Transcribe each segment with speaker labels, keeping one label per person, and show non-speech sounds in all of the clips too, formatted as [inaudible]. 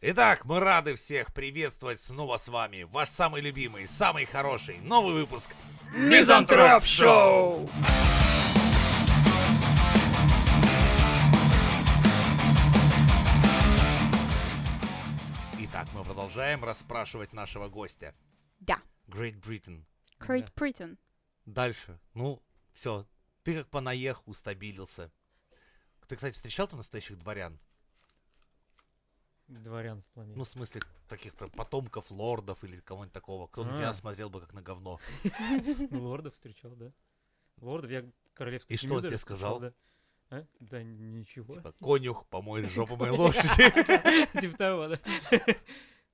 Speaker 1: Итак, мы рады всех приветствовать снова с вами. Ваш самый любимый, самый хороший, новый выпуск
Speaker 2: Мизантроп Шоу!
Speaker 1: Итак, мы продолжаем расспрашивать нашего гостя.
Speaker 3: Да.
Speaker 1: Great Britain.
Speaker 3: Great Britain.
Speaker 1: Дальше. Ну, все. Ты как понаех устабилился. Ты, кстати, встречал там настоящих дворян?
Speaker 2: Дворян в плане.
Speaker 1: Ну,
Speaker 2: [laughs]
Speaker 1: в смысле, таких прям потомков лордов или кого-нибудь такого. Кто на тебя
Speaker 2: А.
Speaker 1: смотрел бы как на говно.
Speaker 2: лордов встречал, да. Лордов я королевскую
Speaker 1: И что он
Speaker 2: семью даже
Speaker 1: тебе
Speaker 2: встречал,
Speaker 1: сказал?
Speaker 2: Да. А? Да ничего.
Speaker 1: Типа, конюх помоет жопу моей лошади.
Speaker 2: [laughs] Типа того, да. [laughs]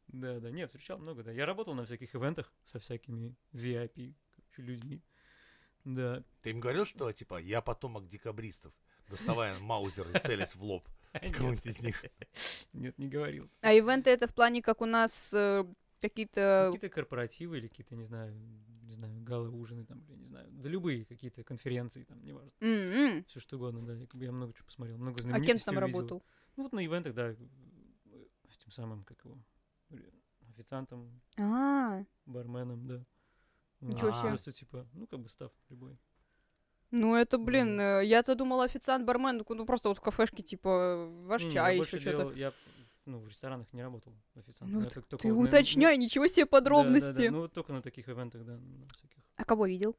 Speaker 2: Да, да. Нет, встречал много, да. Я работал на всяких ивентах со всякими VIP короче, людьми.
Speaker 1: [laughs]
Speaker 2: Да.
Speaker 1: Ты им говорил, что, типа, я потомок декабристов, доставая маузер и целясь в лоб кому-нибудь из них?
Speaker 2: [laughs] Нет, не говорил.
Speaker 3: А ивенты это в плане, как у нас э, какие-то...
Speaker 2: Какие-то корпоративы или какие-то, не знаю, не знаю, галы, ужины там, или не знаю, да любые какие-то конференции там, неважно.
Speaker 3: М-м.
Speaker 2: Все что угодно, да. Я, как бы- я много чего посмотрел,
Speaker 3: А
Speaker 2: много
Speaker 3: кем ты
Speaker 2: знаменитостей
Speaker 3: там
Speaker 2: увидел.
Speaker 3: работал?
Speaker 2: Ну вот на ивентах, да, э, с тем самым, как его, э, официантом,
Speaker 3: А,
Speaker 2: барменом, да. Вот.
Speaker 3: Ничего
Speaker 1: себе.
Speaker 2: Просто типа, ну как бы став любой.
Speaker 3: ну это, блин, э, я-то думала официант, бармен, ну, ну просто вот в кафешке, типа, ваш
Speaker 2: Не,
Speaker 3: чай,
Speaker 2: я
Speaker 3: еще
Speaker 2: больше
Speaker 3: что-то.
Speaker 2: делал- я ну, в ресторанах не работал официантом.
Speaker 3: Ну
Speaker 2: я
Speaker 3: так
Speaker 2: только- только
Speaker 3: Ты
Speaker 2: вот на-
Speaker 3: уточняй,
Speaker 2: на-
Speaker 3: ничего себе
Speaker 2: да, да, да,
Speaker 3: подробности.
Speaker 2: Ну вот только на таких ивентах, да, на всяких.
Speaker 3: А кого видел?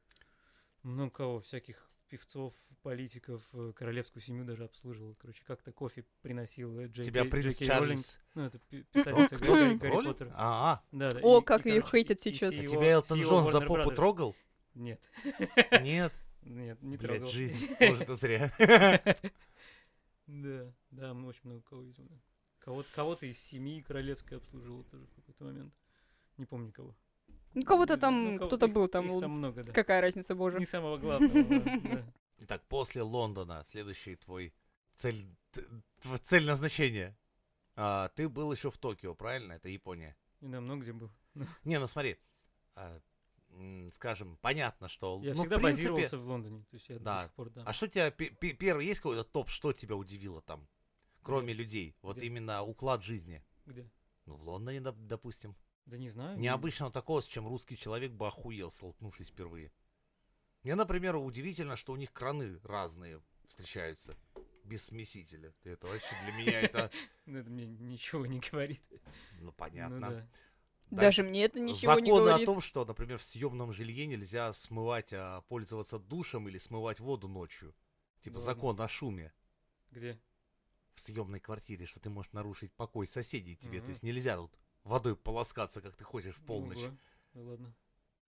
Speaker 2: Ну кого, всяких певцов, политиков, э, королевскую семью даже обслуживал. Короче, как-то кофе приносил э, Джей
Speaker 1: Тебя
Speaker 2: Кей-
Speaker 1: принц
Speaker 2: Джей Кей Роллинг.
Speaker 1: Чарльз.
Speaker 2: Ну, это пи- писательница Гарри Гарри
Speaker 1: Роллинг?
Speaker 2: Поттера.
Speaker 1: А,
Speaker 2: Да, да,
Speaker 3: О,
Speaker 2: и- и,
Speaker 3: как её
Speaker 2: короче,
Speaker 3: хейтят
Speaker 2: и- E и
Speaker 3: сейчас.
Speaker 1: а.
Speaker 3: А
Speaker 2: CEO
Speaker 1: тебя Элтон
Speaker 2: CEO
Speaker 1: Джон за
Speaker 2: Warner
Speaker 1: попу
Speaker 2: Brothers. [laughs]
Speaker 1: трогал?
Speaker 2: Нет.
Speaker 1: Нет?
Speaker 2: Нет, не
Speaker 1: Блядь,
Speaker 2: трогал. [laughs]
Speaker 1: жизнь. Может, это зря.
Speaker 2: Да, да, мы очень много кого видел. да. Кого-то, кого-то из семьи королевской обслуживал тоже в какой-то момент. Не помню кого.
Speaker 3: Ну кого-то
Speaker 2: Не знаю,
Speaker 3: там,
Speaker 2: ну, кого-
Speaker 3: кто-то
Speaker 2: их-
Speaker 3: был там.
Speaker 2: их
Speaker 3: л-
Speaker 2: там много, да.
Speaker 3: Какая разница, боже.
Speaker 2: Не самого главного. да,
Speaker 1: Итак, после Лондона, следующий твой цель, т- тв- цель назначения. А, ты был еще в Токио, правильно? Это Япония.
Speaker 2: да. Да, много где был.
Speaker 1: Не, ну смотри, а, м, скажем, понятно, что...
Speaker 2: Я
Speaker 1: ну, в
Speaker 2: всегда
Speaker 1: принципе-
Speaker 2: базировался в Лондоне. То есть я
Speaker 1: Да.
Speaker 2: до сих пор, да.
Speaker 1: А что тебя, пе- пе- первый, есть какой-то топ, что тебя удивило там? Кроме людей, вот
Speaker 2: Где?
Speaker 1: именно уклад жизни.
Speaker 2: Где?
Speaker 1: Ну, в Лондоне, доп- допустим.
Speaker 2: Да не знаю. не-
Speaker 1: Необычного такого, с чем русский человек бы охуел, столкнувшись впервые. Мне, например, удивительно, что у них краны разные встречаются. Без смесителя. Это вообще для меня
Speaker 2: [laughs]
Speaker 1: это...
Speaker 2: ну, Это мне ничего не говорит.
Speaker 1: Ну,
Speaker 2: Ну
Speaker 1: понятно.
Speaker 2: да.
Speaker 3: Даже мне это ничего не
Speaker 1: Законы о
Speaker 3: говорит.
Speaker 1: том, что, например, в съемном жилье нельзя смывать, а пользоваться душем или смывать воду ночью. Типа
Speaker 2: Да
Speaker 1: закон о шуме.
Speaker 2: Где?
Speaker 1: в съемной квартире, что ты можешь нарушить покой соседей тебе. То
Speaker 2: Мгм.
Speaker 1: есть нельзя тут водой полоскаться, как ты хочешь, в полночь.
Speaker 2: Ого. Ну ладно.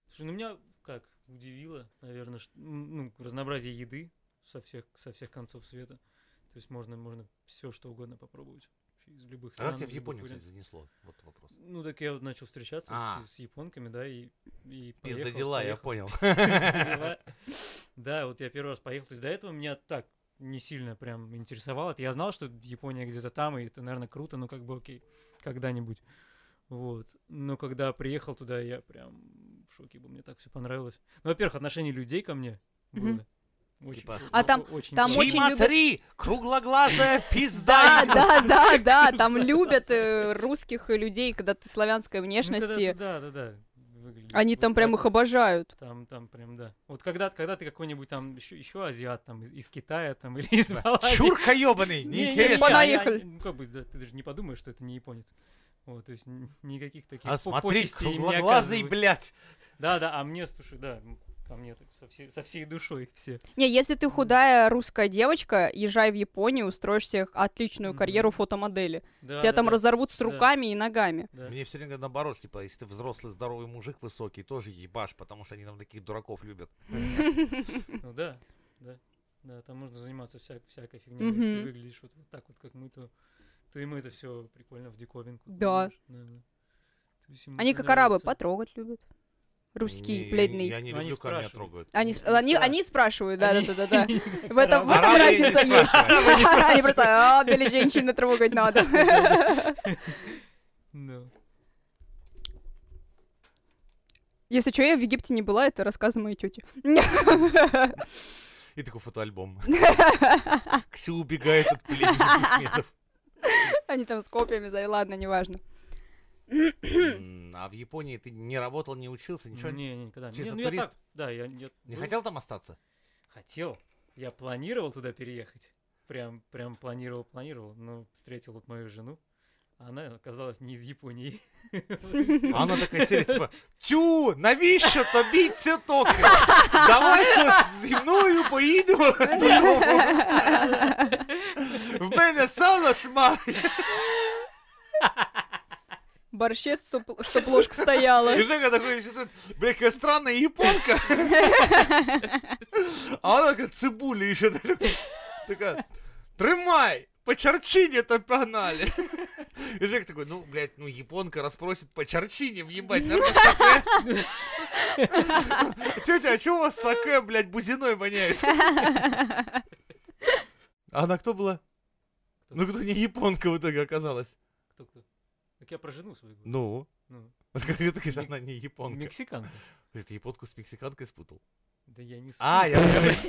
Speaker 2: Слушай, ну меня как удивило, наверное, ш- м, ну, разнообразие еды со всех, со всех концов света. То есть можно, можно все что угодно попробовать. Вообще Из любых
Speaker 1: А
Speaker 2: стран.
Speaker 1: как тебя в
Speaker 2: из любых
Speaker 1: Японию, кстати,
Speaker 2: вариантов.
Speaker 1: занесло? Вот вопрос.
Speaker 2: Ну так я вот начал встречаться с-
Speaker 1: А.
Speaker 2: с, японками, да, и, и
Speaker 1: Пизда
Speaker 2: поехал,
Speaker 1: дела, я
Speaker 2: поехал.
Speaker 1: понял.
Speaker 2: Дела. Да, вот я первый раз поехал. То есть до этого меня так не сильно прям интересовало. Это Я знал, что Япония где-то там, и это, наверное, круто, но как бы окей, когда-нибудь. Вот. Но когда приехал туда, я прям в шоке был. Мне так все понравилось. Ну, во-первых, отношение людей ко мне
Speaker 3: Мгм.
Speaker 2: было. Очень
Speaker 1: Типа,
Speaker 2: круто,
Speaker 3: А там-
Speaker 2: очень Ну,
Speaker 3: там
Speaker 2: круто.
Speaker 3: очень любят-
Speaker 1: Чима-3! Круглоглазая
Speaker 3: Да,
Speaker 2: [laughs]
Speaker 1: пизда!
Speaker 3: А, да, да, да, там любят э, русских людей, когда ты славянской
Speaker 2: Ну, когда ты-
Speaker 3: внешности.
Speaker 2: Да, да, да. выглядишь
Speaker 3: Они
Speaker 2: вот
Speaker 3: там
Speaker 2: так
Speaker 3: прям их
Speaker 2: вот.
Speaker 3: обожают.
Speaker 2: Там, там прям, да. Вот когда, когда ты какой-нибудь там еще, еще азиат там из, из Китая там или из Малайзии.
Speaker 1: Чурка ебаный!
Speaker 3: не,
Speaker 1: Неинтересно!
Speaker 3: не,
Speaker 2: Понаехали.
Speaker 3: Понаехали.
Speaker 2: ну, как бы, да, ты даже не подумаешь, что это не японец. Вот, то есть н- никаких таких
Speaker 1: А
Speaker 2: по-
Speaker 1: смотри,
Speaker 2: почестей им не
Speaker 1: круглоглазый,
Speaker 2: оказывают.
Speaker 1: блядь!
Speaker 2: Да, да, а мне, слушай, да, м, ко мне так со всей, со всей душой все.
Speaker 3: Не, если ты худая русская девочка, езжай в Японию, устроишь себе отличную
Speaker 2: Мгм.
Speaker 3: карьеру фотомодели.
Speaker 2: Да,
Speaker 3: Тебя
Speaker 2: да,
Speaker 3: там
Speaker 2: да,
Speaker 3: разорвут с
Speaker 2: Да.
Speaker 3: руками и ногами.
Speaker 2: да.
Speaker 1: Мне все время говорят наоборот, типа, если ты взрослый, здоровый мужик высокий, тоже ебашь, потому что они нам таких дураков любят.
Speaker 2: Ну да, да, да, там можно заниматься вся- всякой фигней. но Если ты
Speaker 3: Мгм.
Speaker 2: выглядишь вот, вот так вот, как мы, то, то ему это все прикольно в диковинку. ты
Speaker 3: Да.
Speaker 2: думаешь, да, да. То есть ему
Speaker 3: Они
Speaker 2: это
Speaker 3: как арабы,
Speaker 2: нравится.
Speaker 3: потрогать любят. Русские,
Speaker 1: Не,
Speaker 3: бледные.
Speaker 1: Я не
Speaker 2: Ну, они
Speaker 1: люблю, когда меня
Speaker 2: спрашивают.
Speaker 1: трогают.
Speaker 3: Они,
Speaker 2: Они
Speaker 3: сп- они,
Speaker 2: спра-
Speaker 3: они спрашивают, да,
Speaker 2: [laughs] Они
Speaker 3: да, да, да, да.
Speaker 2: как
Speaker 3: В этом, в этом
Speaker 2: арабы.
Speaker 1: Арабы не
Speaker 3: разница есть. [laughs] Они просто, а, били женщины трогать
Speaker 2: [laughs]
Speaker 3: надо.
Speaker 2: Да.
Speaker 3: Если что, я в Египте не была, это рассказы моей тети.
Speaker 1: И такой фотоальбом. Ксю убегает от племени бешметов.
Speaker 3: [laughs] Они там с копьями, за... ладно, неважно.
Speaker 1: М, А в Японии ты не работал, не учился, ничего не...
Speaker 2: Не, не, никогда. Не,
Speaker 1: Чисто
Speaker 2: ну я
Speaker 1: турист?
Speaker 2: так, да, я я
Speaker 1: Не
Speaker 2: был-
Speaker 1: хотел там остаться?
Speaker 2: Хотел. Я планировал туда переехать. Прям, прям планировал, планировал. Но встретил вот мою жену. Она оказалась не из Японии. [laughs] Вот и всё.
Speaker 1: А она такая серия, типа, тю, навіщо тобі це токи? Давайте зі мною поїдемо додому. В мене сало смає.
Speaker 3: Борщец, чтоб чтоб ложка стояла.
Speaker 1: І Жека такой, що тут, бля, яка странна японка. А вона така цибулі ще така, тримай, по чарчині то погнали. І Жек такой, ну, блядь, ну, японка розпросить по чарчині, в'їбать, наверное, саке. Тетя, а чого у вас саке, блядь, бузиной воняет? А она кто была?
Speaker 2: Кто?
Speaker 1: Ну, кто не японка в итоге оказалась?
Speaker 2: Кто, кто? Так я про жену свою говорю.
Speaker 1: Ну,
Speaker 2: Ну,
Speaker 1: она не японка.
Speaker 2: мексиканка.
Speaker 1: Ты японку с мексиканкой спутал?
Speaker 2: Да я не
Speaker 1: А, я...
Speaker 2: [laughs]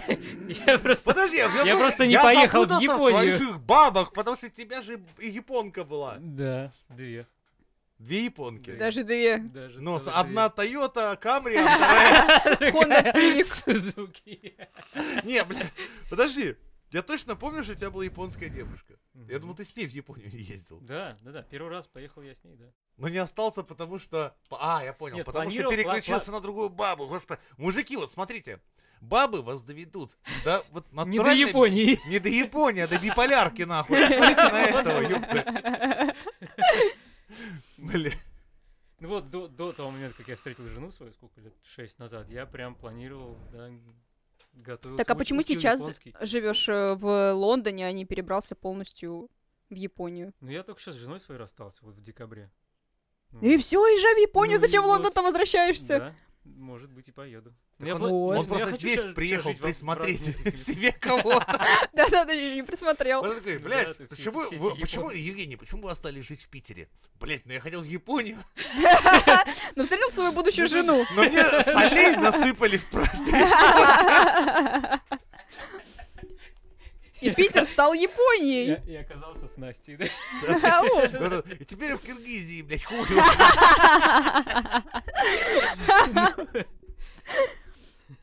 Speaker 2: Я просто...
Speaker 1: Подожди, а я,
Speaker 2: Я просто не поехал в
Speaker 1: запутался
Speaker 2: Японию.
Speaker 1: в твоих бабах, потому что у тебя же и японка была.
Speaker 2: Да, две.
Speaker 1: Две японки.
Speaker 2: Да.
Speaker 3: [laughs] Даже две.
Speaker 2: Даже
Speaker 1: Но с-
Speaker 2: целых
Speaker 1: Ну, одна Toyota Camry, а вторая...
Speaker 2: две.
Speaker 3: Honda Civic.
Speaker 2: [laughs] Сузуки.
Speaker 1: Не, бля, подожди. Я точно помню, что у тебя была японская девушка. Я
Speaker 2: Мгм.
Speaker 1: думал, ты с ней в Японию не ездил.
Speaker 2: Да, да, да. Первый раз поехал я с ней, да.
Speaker 1: Но не остался, потому что... А, я понял,
Speaker 2: Нет,
Speaker 1: потому что
Speaker 2: планировал, пла-
Speaker 1: переключился на другую бабу. Господи, мужики, вот смотрите. Бабы вас доведут. Да, вот
Speaker 2: Не до
Speaker 1: натуральной-
Speaker 2: Японии.
Speaker 1: Не до Японии, а до биполярки, нахуй. Смотрите на этого, ёпта. Блин.
Speaker 2: Ну вот до, до того момента, как я встретил жену свою, сколько лет, шесть назад, я прям планировал, да, готовился.
Speaker 3: Так а
Speaker 2: уч-
Speaker 3: почему
Speaker 2: учил
Speaker 3: сейчас
Speaker 2: японский.
Speaker 3: живешь э, в Лондоне, а не перебрался полностью в Японию?
Speaker 2: Ну я только что с женой своей расстался, вот в декабре. Ну,
Speaker 3: И все, езжай в Японию,
Speaker 2: Ну,
Speaker 3: зачем в
Speaker 2: вот.
Speaker 3: Лондон-то возвращаешься?
Speaker 2: Да, может быть и поеду. Ну,
Speaker 1: Так
Speaker 2: пла-
Speaker 3: он-
Speaker 2: ну,
Speaker 3: он
Speaker 2: я
Speaker 1: Он просто
Speaker 2: хочу
Speaker 1: здесь
Speaker 2: щас- щас
Speaker 1: приехал
Speaker 2: жить в- в
Speaker 1: присмотреть
Speaker 2: разных
Speaker 1: [laughs]
Speaker 2: этих-
Speaker 1: себе кого-то.
Speaker 3: [laughs] Да-да, ты же не присмотрел.
Speaker 1: Он такой,
Speaker 2: Ну да,
Speaker 1: блядь,
Speaker 2: ты все-
Speaker 1: почему,
Speaker 2: все эти
Speaker 1: вы- почему,
Speaker 2: японцы».
Speaker 1: Евгений, почему вы остались жить в Питере? Блядь, ну я хотел в Японию.
Speaker 3: [laughs]
Speaker 2: [laughs]
Speaker 3: Но встретил свою будущую жену. [laughs]
Speaker 1: Но мне солей насыпали в профиль.
Speaker 3: И Питер стал
Speaker 2: Я,
Speaker 1: [laughs]
Speaker 3: Японией.
Speaker 2: я оказался с Настей, да? [laughs]
Speaker 3: Вот.
Speaker 1: И теперь я в Киргизии, блядь, хуй.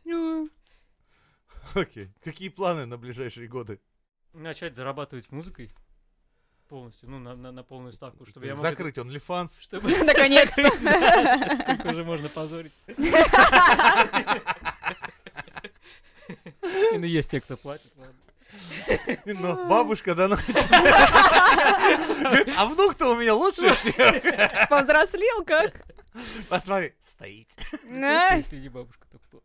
Speaker 3: Ну,
Speaker 1: Окей. Какие планы на ближайшие годы?
Speaker 2: Начать зарабатывать музыкой полностью, ну, на, на- на полную ставку, чтобы я мог... это-
Speaker 1: Закрыть OnlyFans.
Speaker 2: [laughs] Чтобы...
Speaker 3: [laughs] Наконец-то.
Speaker 2: закрыть, да, Сколько уже можно позорить? И, Ну, есть те, кто платит, ладно.
Speaker 1: Но Ну, бабушка, да, она Говорит, А внук-то у меня
Speaker 2: Ну,
Speaker 1: лучше всех.
Speaker 3: [laughs] Повзрослел как?
Speaker 1: Посмотри, стоит.
Speaker 2: Конечно,
Speaker 3: На.
Speaker 2: если не бабушка, то кто?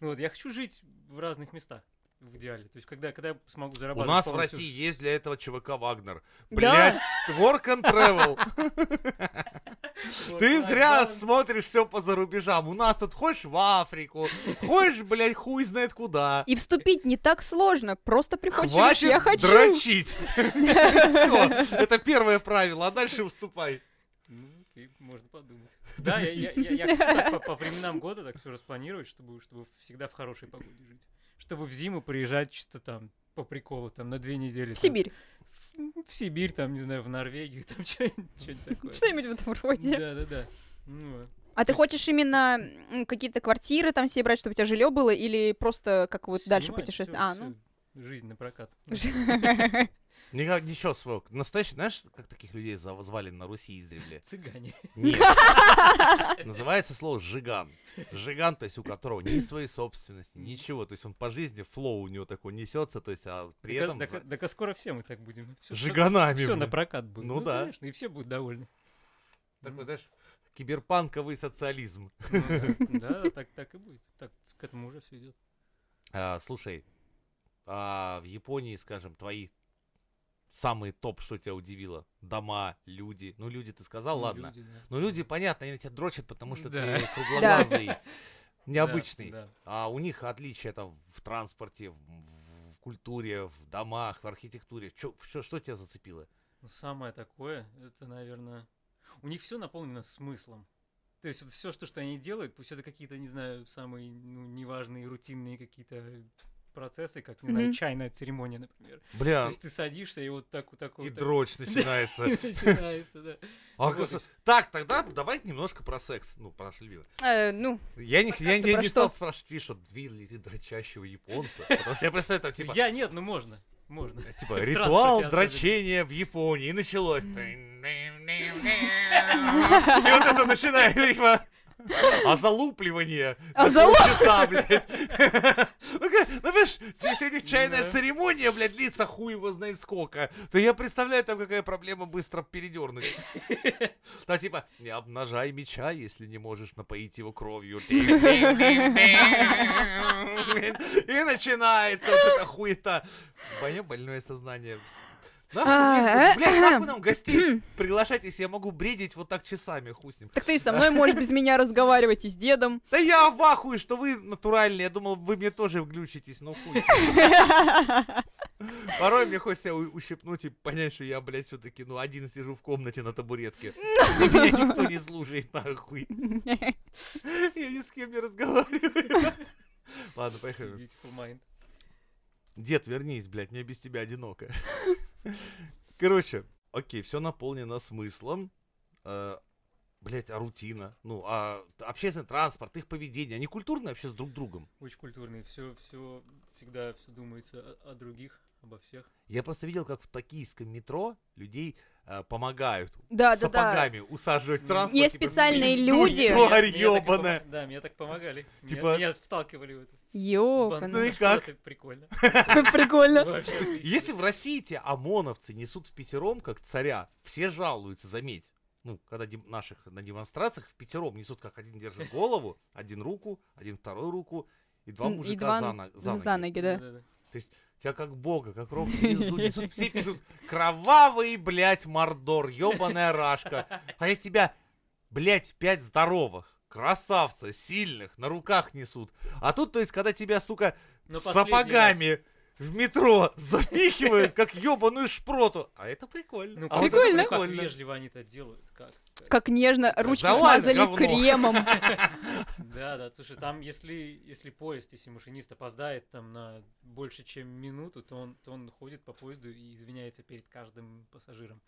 Speaker 2: Ну вот, я хочу жить в разных местах в идеале. То есть, когда, когда я смогу
Speaker 1: У
Speaker 2: зарабатывать
Speaker 1: нас в
Speaker 2: полностью-
Speaker 1: России есть для этого ЧВК «Вагнер». Блядь,
Speaker 3: Да.
Speaker 1: work and travel.
Speaker 2: Вот,
Speaker 1: Ты
Speaker 2: да,
Speaker 1: зря
Speaker 2: да.
Speaker 1: смотришь все по зарубежам. У нас тут хочешь в Африку, хочешь, блядь, хуй знает куда.
Speaker 3: И вступить не так сложно, просто приходишь и говоришь,
Speaker 1: Хватит
Speaker 3: я хочу. [laughs]
Speaker 1: дрочить. Всё, это первое правило, а дальше уступай.
Speaker 2: Ну, ты, можно подумать. Да, я, я- я- я хочу так по, по временам года так все распланировать, чтобы, чтобы всегда в хорошей погоде жить. Чтобы в зиму приезжать чисто там по приколу, там на две недели.
Speaker 3: В
Speaker 2: там,
Speaker 3: Сибирь.
Speaker 2: в- в Сибирь, там, не знаю, в Норвегию, [laughs] там что-нибудь такое.
Speaker 3: Что-нибудь в этом роде.
Speaker 2: Да, да, да. Ну, вот.
Speaker 3: А ты
Speaker 2: есть-
Speaker 3: хочешь именно м, какие-то квартиры там себе брать, чтобы у тебя жилье было, или просто как вот дальше
Speaker 2: Снимать
Speaker 3: путешествие?
Speaker 2: всё-
Speaker 3: А,
Speaker 2: всё.
Speaker 3: ну.
Speaker 2: Жизнь на прокат.
Speaker 1: Никак- Ничего своего. Настоящий, знаешь, как таких людей зав- звали на Руси
Speaker 3: [laughs]
Speaker 1: издревле?
Speaker 2: Цыгане.
Speaker 1: [laughs] Нет. Называется слово «жиган». Жиган, то есть у которого ни своей собственности, ничего. То есть он по жизни, флоу у него такой несется, то есть, а при
Speaker 2: Да-
Speaker 1: этом...
Speaker 2: да-
Speaker 1: за-
Speaker 2: да- да скоро все мы так будем. Всё-
Speaker 1: Жиганами,
Speaker 2: Все на
Speaker 1: блин.
Speaker 2: прокат будет.
Speaker 1: Ну да.
Speaker 2: конечно, и все будут
Speaker 1: [laughs]
Speaker 2: довольны.
Speaker 1: Такой, знаешь, киберпанковый социализм.
Speaker 2: Ну Да, да, так так и будет. Так к этому уже все идет.
Speaker 1: А, слушай, а в Японии, скажем, твои самые топ, что тебя удивило? Дома, люди. Ну, люди ты сказал, ладно. Ну, люди, понятно, они тебя дрочат, потому что
Speaker 2: [laughs] Да.
Speaker 1: ты круглоглазый, необычный.
Speaker 2: Да.
Speaker 1: А у них отличия там в транспорте, в, в культуре, в домах, в архитектуре. Чё- чё- что тебя зацепило?
Speaker 2: Ну, самое такое, это, наверное... У них все наполнено смыслом. То есть вот все, что, что они делают, пусть это какие-то, не знаю, самые ну, неважные, рутинные какие-то процессы, как, не
Speaker 3: Мгм.
Speaker 2: знаю, чайная церемония, например. То
Speaker 1: Бля,
Speaker 2: есть ты садишься и вот так вот такой
Speaker 1: и
Speaker 2: вот
Speaker 1: дрочь начинается.
Speaker 2: [laughs] так [laughs] начинается, да.
Speaker 1: А,
Speaker 2: Вот
Speaker 1: кос-
Speaker 2: и-
Speaker 1: Так, тогда давай немножко про секс. Ну, про шлюбы.
Speaker 3: [laughs]
Speaker 1: [laughs]
Speaker 3: Э, ну,
Speaker 1: Я не, я,
Speaker 3: как-то
Speaker 1: я
Speaker 3: про
Speaker 1: не
Speaker 3: что?
Speaker 1: стал спрашивать, видишь, вот видел ли ты дрочащего японца? Потому что я представляю, там типа,
Speaker 2: Я нет, ну можно.
Speaker 1: [laughs]
Speaker 2: Можно.
Speaker 1: типа
Speaker 2: в
Speaker 1: ритуал
Speaker 2: транспорте
Speaker 1: дрочения в Японии. И началось. И вот это начинает, типа, а залупливание
Speaker 3: А
Speaker 1: за
Speaker 3: залу-
Speaker 1: полчаса, блядь. Ну, ка- ну, понимаешь, если у них чайная
Speaker 2: Да.
Speaker 1: церемония, блядь, длится хуй его знает сколько, то я представляю, там какая проблема быстро передернуть. Там типа, не обнажай меча, если не можешь напоить его кровью. И начинается вот эта хуета. Мое больное сознание.
Speaker 3: А,
Speaker 1: Нахуй, блядь, нахуй нам гостей приглашать, если я могу бредить вот так часами, хуй с ним.
Speaker 3: так ты и со мной можешь без меня разговаривать, и
Speaker 1: [laughs]
Speaker 3: с дедом.
Speaker 1: Да я в ахуе, что вы натуральные. Я думал, вы мне тоже включитесь, но хуй. Порой мне хочется себя у- ущипнуть и понять, что я, блядь, все-таки, ну, один сижу в комнате на табуретке. И Меня никто не слушает, нахуй. Я ни с кем не разговариваю. Ладно, поехали.
Speaker 2: Beautiful mind.
Speaker 1: Дед, вернись, блядь, мне без тебя одиноко. [laughs] Короче, окей, все наполнено смыслом. Э, Блять, а рутина? Ну, а общественный транспорт, их поведение, они культурные вообще с друг другом?
Speaker 2: Очень культурный. Все, все, всегда все думается о, о других, обо всех.
Speaker 1: Я просто видел, как в токийском метро людей э, помогают
Speaker 3: Да, да, да.
Speaker 1: сапогами усаживать в
Speaker 2: Есть
Speaker 1: транспорт. типа,
Speaker 3: специальные
Speaker 1: «Пиздуй,
Speaker 3: люди».
Speaker 1: тварь
Speaker 2: Меня так и помо-
Speaker 1: ёбаная!»
Speaker 2: Да, меня так помогали. Меня-
Speaker 1: Типа-
Speaker 2: Меня вталкивали в это.
Speaker 1: Ну и
Speaker 2: [laughs]
Speaker 3: Ёканый.
Speaker 1: как?
Speaker 2: Это прикольно.
Speaker 3: Прикольно.
Speaker 2: Вообще отлично.
Speaker 1: Если в России те ОМОНовцы несут в пятером, как царя, все жалуются, заметь. Ну, когда дем- наших на демонстрациях в пятером несут, как один держит голову, один руку, один вторую руку, и два
Speaker 3: М, и
Speaker 1: мужика
Speaker 3: два
Speaker 1: за,
Speaker 3: н-
Speaker 1: но- за ноги.
Speaker 3: За ноги, да.
Speaker 2: Да-да-да.
Speaker 1: Тебя как бога, как рок-звезду несут. Все пишут «Кровавый, блядь, мордор, ёбаная рашка». А я тебя, блядь, пять здоровых, красавца, сильных, на руках несут. А тут, то есть, когда тебя, сука,
Speaker 2: Но Ну, последний
Speaker 1: сапогами в метро запихивают, как ёбаную шпроту. А это прикольно.
Speaker 2: Ну,
Speaker 1: а вот это
Speaker 3: прикольно.
Speaker 2: Как вежливо они это делают, как?
Speaker 3: Как нежно, ручки
Speaker 1: ладно,
Speaker 3: смазали
Speaker 1: говно. [laughs]
Speaker 3: кремом.
Speaker 2: Да, да, слушай, там, если, если поезд, если машинист опоздает там на больше, чем минуту, то он, то он ходит по поезду и извиняется перед каждым пассажиром.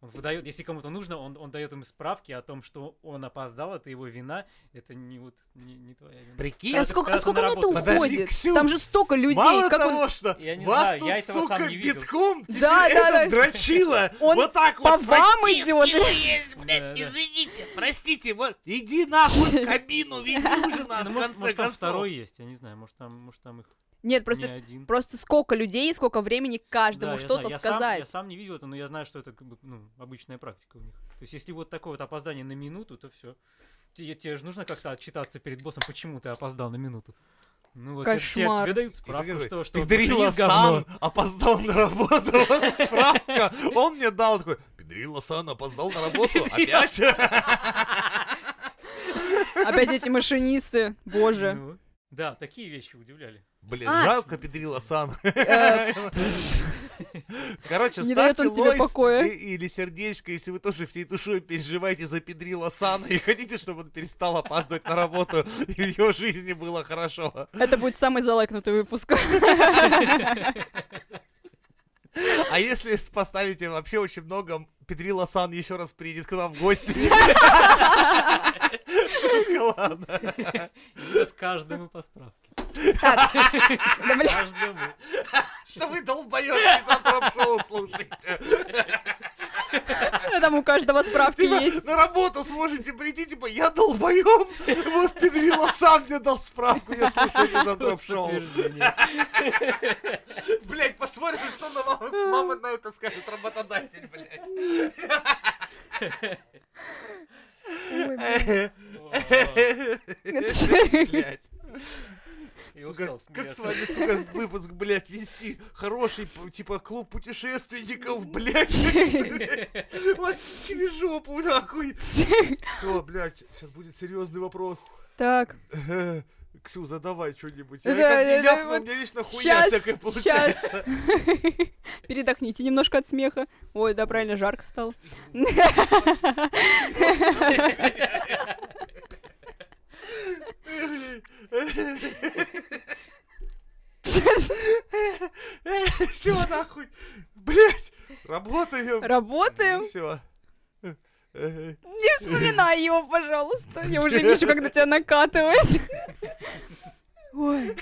Speaker 2: Он выдает, если кому-то нужно, он, он дает им справки о том, что он опоздал, это его вина, это не, вот, не, не твоя вина.
Speaker 1: Прикинь,
Speaker 3: А
Speaker 2: Когда-
Speaker 3: сколько,
Speaker 2: когда
Speaker 3: а
Speaker 2: ты
Speaker 3: сколько
Speaker 2: на
Speaker 3: на это
Speaker 2: работу-
Speaker 1: Подожди,
Speaker 3: уходит?
Speaker 1: Ксюш,
Speaker 3: Там же столько людей,
Speaker 1: мало
Speaker 3: как
Speaker 1: того,
Speaker 3: он
Speaker 1: что
Speaker 2: Я не
Speaker 1: вас
Speaker 2: знаю,
Speaker 1: тут,
Speaker 2: я этого
Speaker 1: сука,
Speaker 2: сам не видел.
Speaker 1: битком [laughs] тебе
Speaker 3: Да, да,
Speaker 1: это
Speaker 3: да.
Speaker 1: дрочило.
Speaker 3: [laughs] Он
Speaker 1: вот так
Speaker 3: по
Speaker 1: вот.
Speaker 3: вам
Speaker 1: протискивает,
Speaker 3: [laughs]
Speaker 1: блядь,
Speaker 2: Да, да.
Speaker 1: извините, простите, вот, иди нахуй в кабину,
Speaker 3: [laughs]
Speaker 1: вези уже нас,
Speaker 2: Ну,
Speaker 1: в
Speaker 2: может,
Speaker 1: конце
Speaker 2: может, там
Speaker 1: концов.
Speaker 2: второй есть, я не знаю, может, там, может, там их
Speaker 3: Нет,
Speaker 2: не
Speaker 3: просто
Speaker 2: один.
Speaker 3: просто сколько людей, и сколько времени
Speaker 2: Да,
Speaker 3: каждому
Speaker 2: я
Speaker 3: что-то
Speaker 2: знаю, я сам- я
Speaker 3: сказать.
Speaker 2: сам не видел это, но я знаю, что это как бы, ну, обычная практика у них. То есть, если вот такое вот опоздание на минуту, то все. Тебе, тебе же нужно как-то отчитаться перед боссом, почему ты опоздал на минуту. Ну вот те- те-
Speaker 3: Кошмар.
Speaker 2: тебе дают
Speaker 1: И такой
Speaker 2: справку,
Speaker 1: говорит,
Speaker 2: что, что
Speaker 1: Педрила
Speaker 2: машинист говно».
Speaker 1: Сан [laughs] опоздал на работу. [laughs] Вот справка. Он мне дал такой, Педрила Сан опоздал на
Speaker 2: [laughs]
Speaker 1: работу. Опять?
Speaker 3: Опять эти машинисты, боже.
Speaker 2: Ну, да, такие вещи удивляли.
Speaker 1: Блин,
Speaker 3: А.
Speaker 1: жалко Педрила Сан.
Speaker 2: Ну.
Speaker 3: Э,
Speaker 1: [laughs] Короче,
Speaker 3: Не дает
Speaker 1: ставьте
Speaker 3: он тебе
Speaker 1: лойс
Speaker 3: покоя.
Speaker 1: и- или сердечко, если вы тоже всей душой переживаете за Педрила Сана и хотите, чтобы он перестал опаздывать на работу и в его жизни было хорошо.
Speaker 3: Это будет самый залайкнутый выпуск. [laughs]
Speaker 1: А если с- поставите вообще очень много, Педрила Сан еще раз приедет к нам в гости.
Speaker 3: [laughs]
Speaker 1: Шутка, ладно.
Speaker 2: С каждому по справке.
Speaker 3: Да, бля,
Speaker 2: Каждому.
Speaker 1: Что вы долбоёбы из шоу слушаете?
Speaker 3: Там у каждого
Speaker 1: [laughs]
Speaker 3: справки
Speaker 1: Типа,
Speaker 3: есть.
Speaker 1: на работу сможете прийти, типа, я долбоёб. [laughs] Вот Педрила сам мне дал справку, я слушаю Мизантроп шоу. [laughs]
Speaker 2: Подтверждение.
Speaker 1: Блять, посмотрим, что на маму, с мамой на это скажет работодатель, блять.
Speaker 3: Ой,
Speaker 2: О,
Speaker 1: [laughs] Блять.
Speaker 2: Я
Speaker 1: Сука,
Speaker 2: устал
Speaker 1: как с
Speaker 2: смеяться.
Speaker 1: вами, сука, выпуск, блядь, вести хороший, п- типа, клуб путешественников,
Speaker 2: [laughs]
Speaker 1: блядь. Вас через жопу,
Speaker 2: [laughs]
Speaker 1: нахуй. Все, блядь, сейчас будет серьезный вопрос.
Speaker 3: Так,
Speaker 1: Э, Ксю, задавай что-нибудь. Я
Speaker 3: Да,
Speaker 1: как не
Speaker 3: да, да,
Speaker 1: ляпну, у
Speaker 3: вот
Speaker 1: меня вечно хуйня
Speaker 3: щас,
Speaker 1: всякая
Speaker 3: щас.
Speaker 1: получается. [laughs]
Speaker 3: передохните немножко от смеха. Ой, да, правильно, жарко стало.
Speaker 1: Все, нахуй. Блять, работаем. Э,
Speaker 3: Работаем.
Speaker 1: Все.
Speaker 3: Не вспоминай его, пожалуйста. Я
Speaker 2: [laughs]
Speaker 3: уже вижу, как на тебя накатывает. Ой.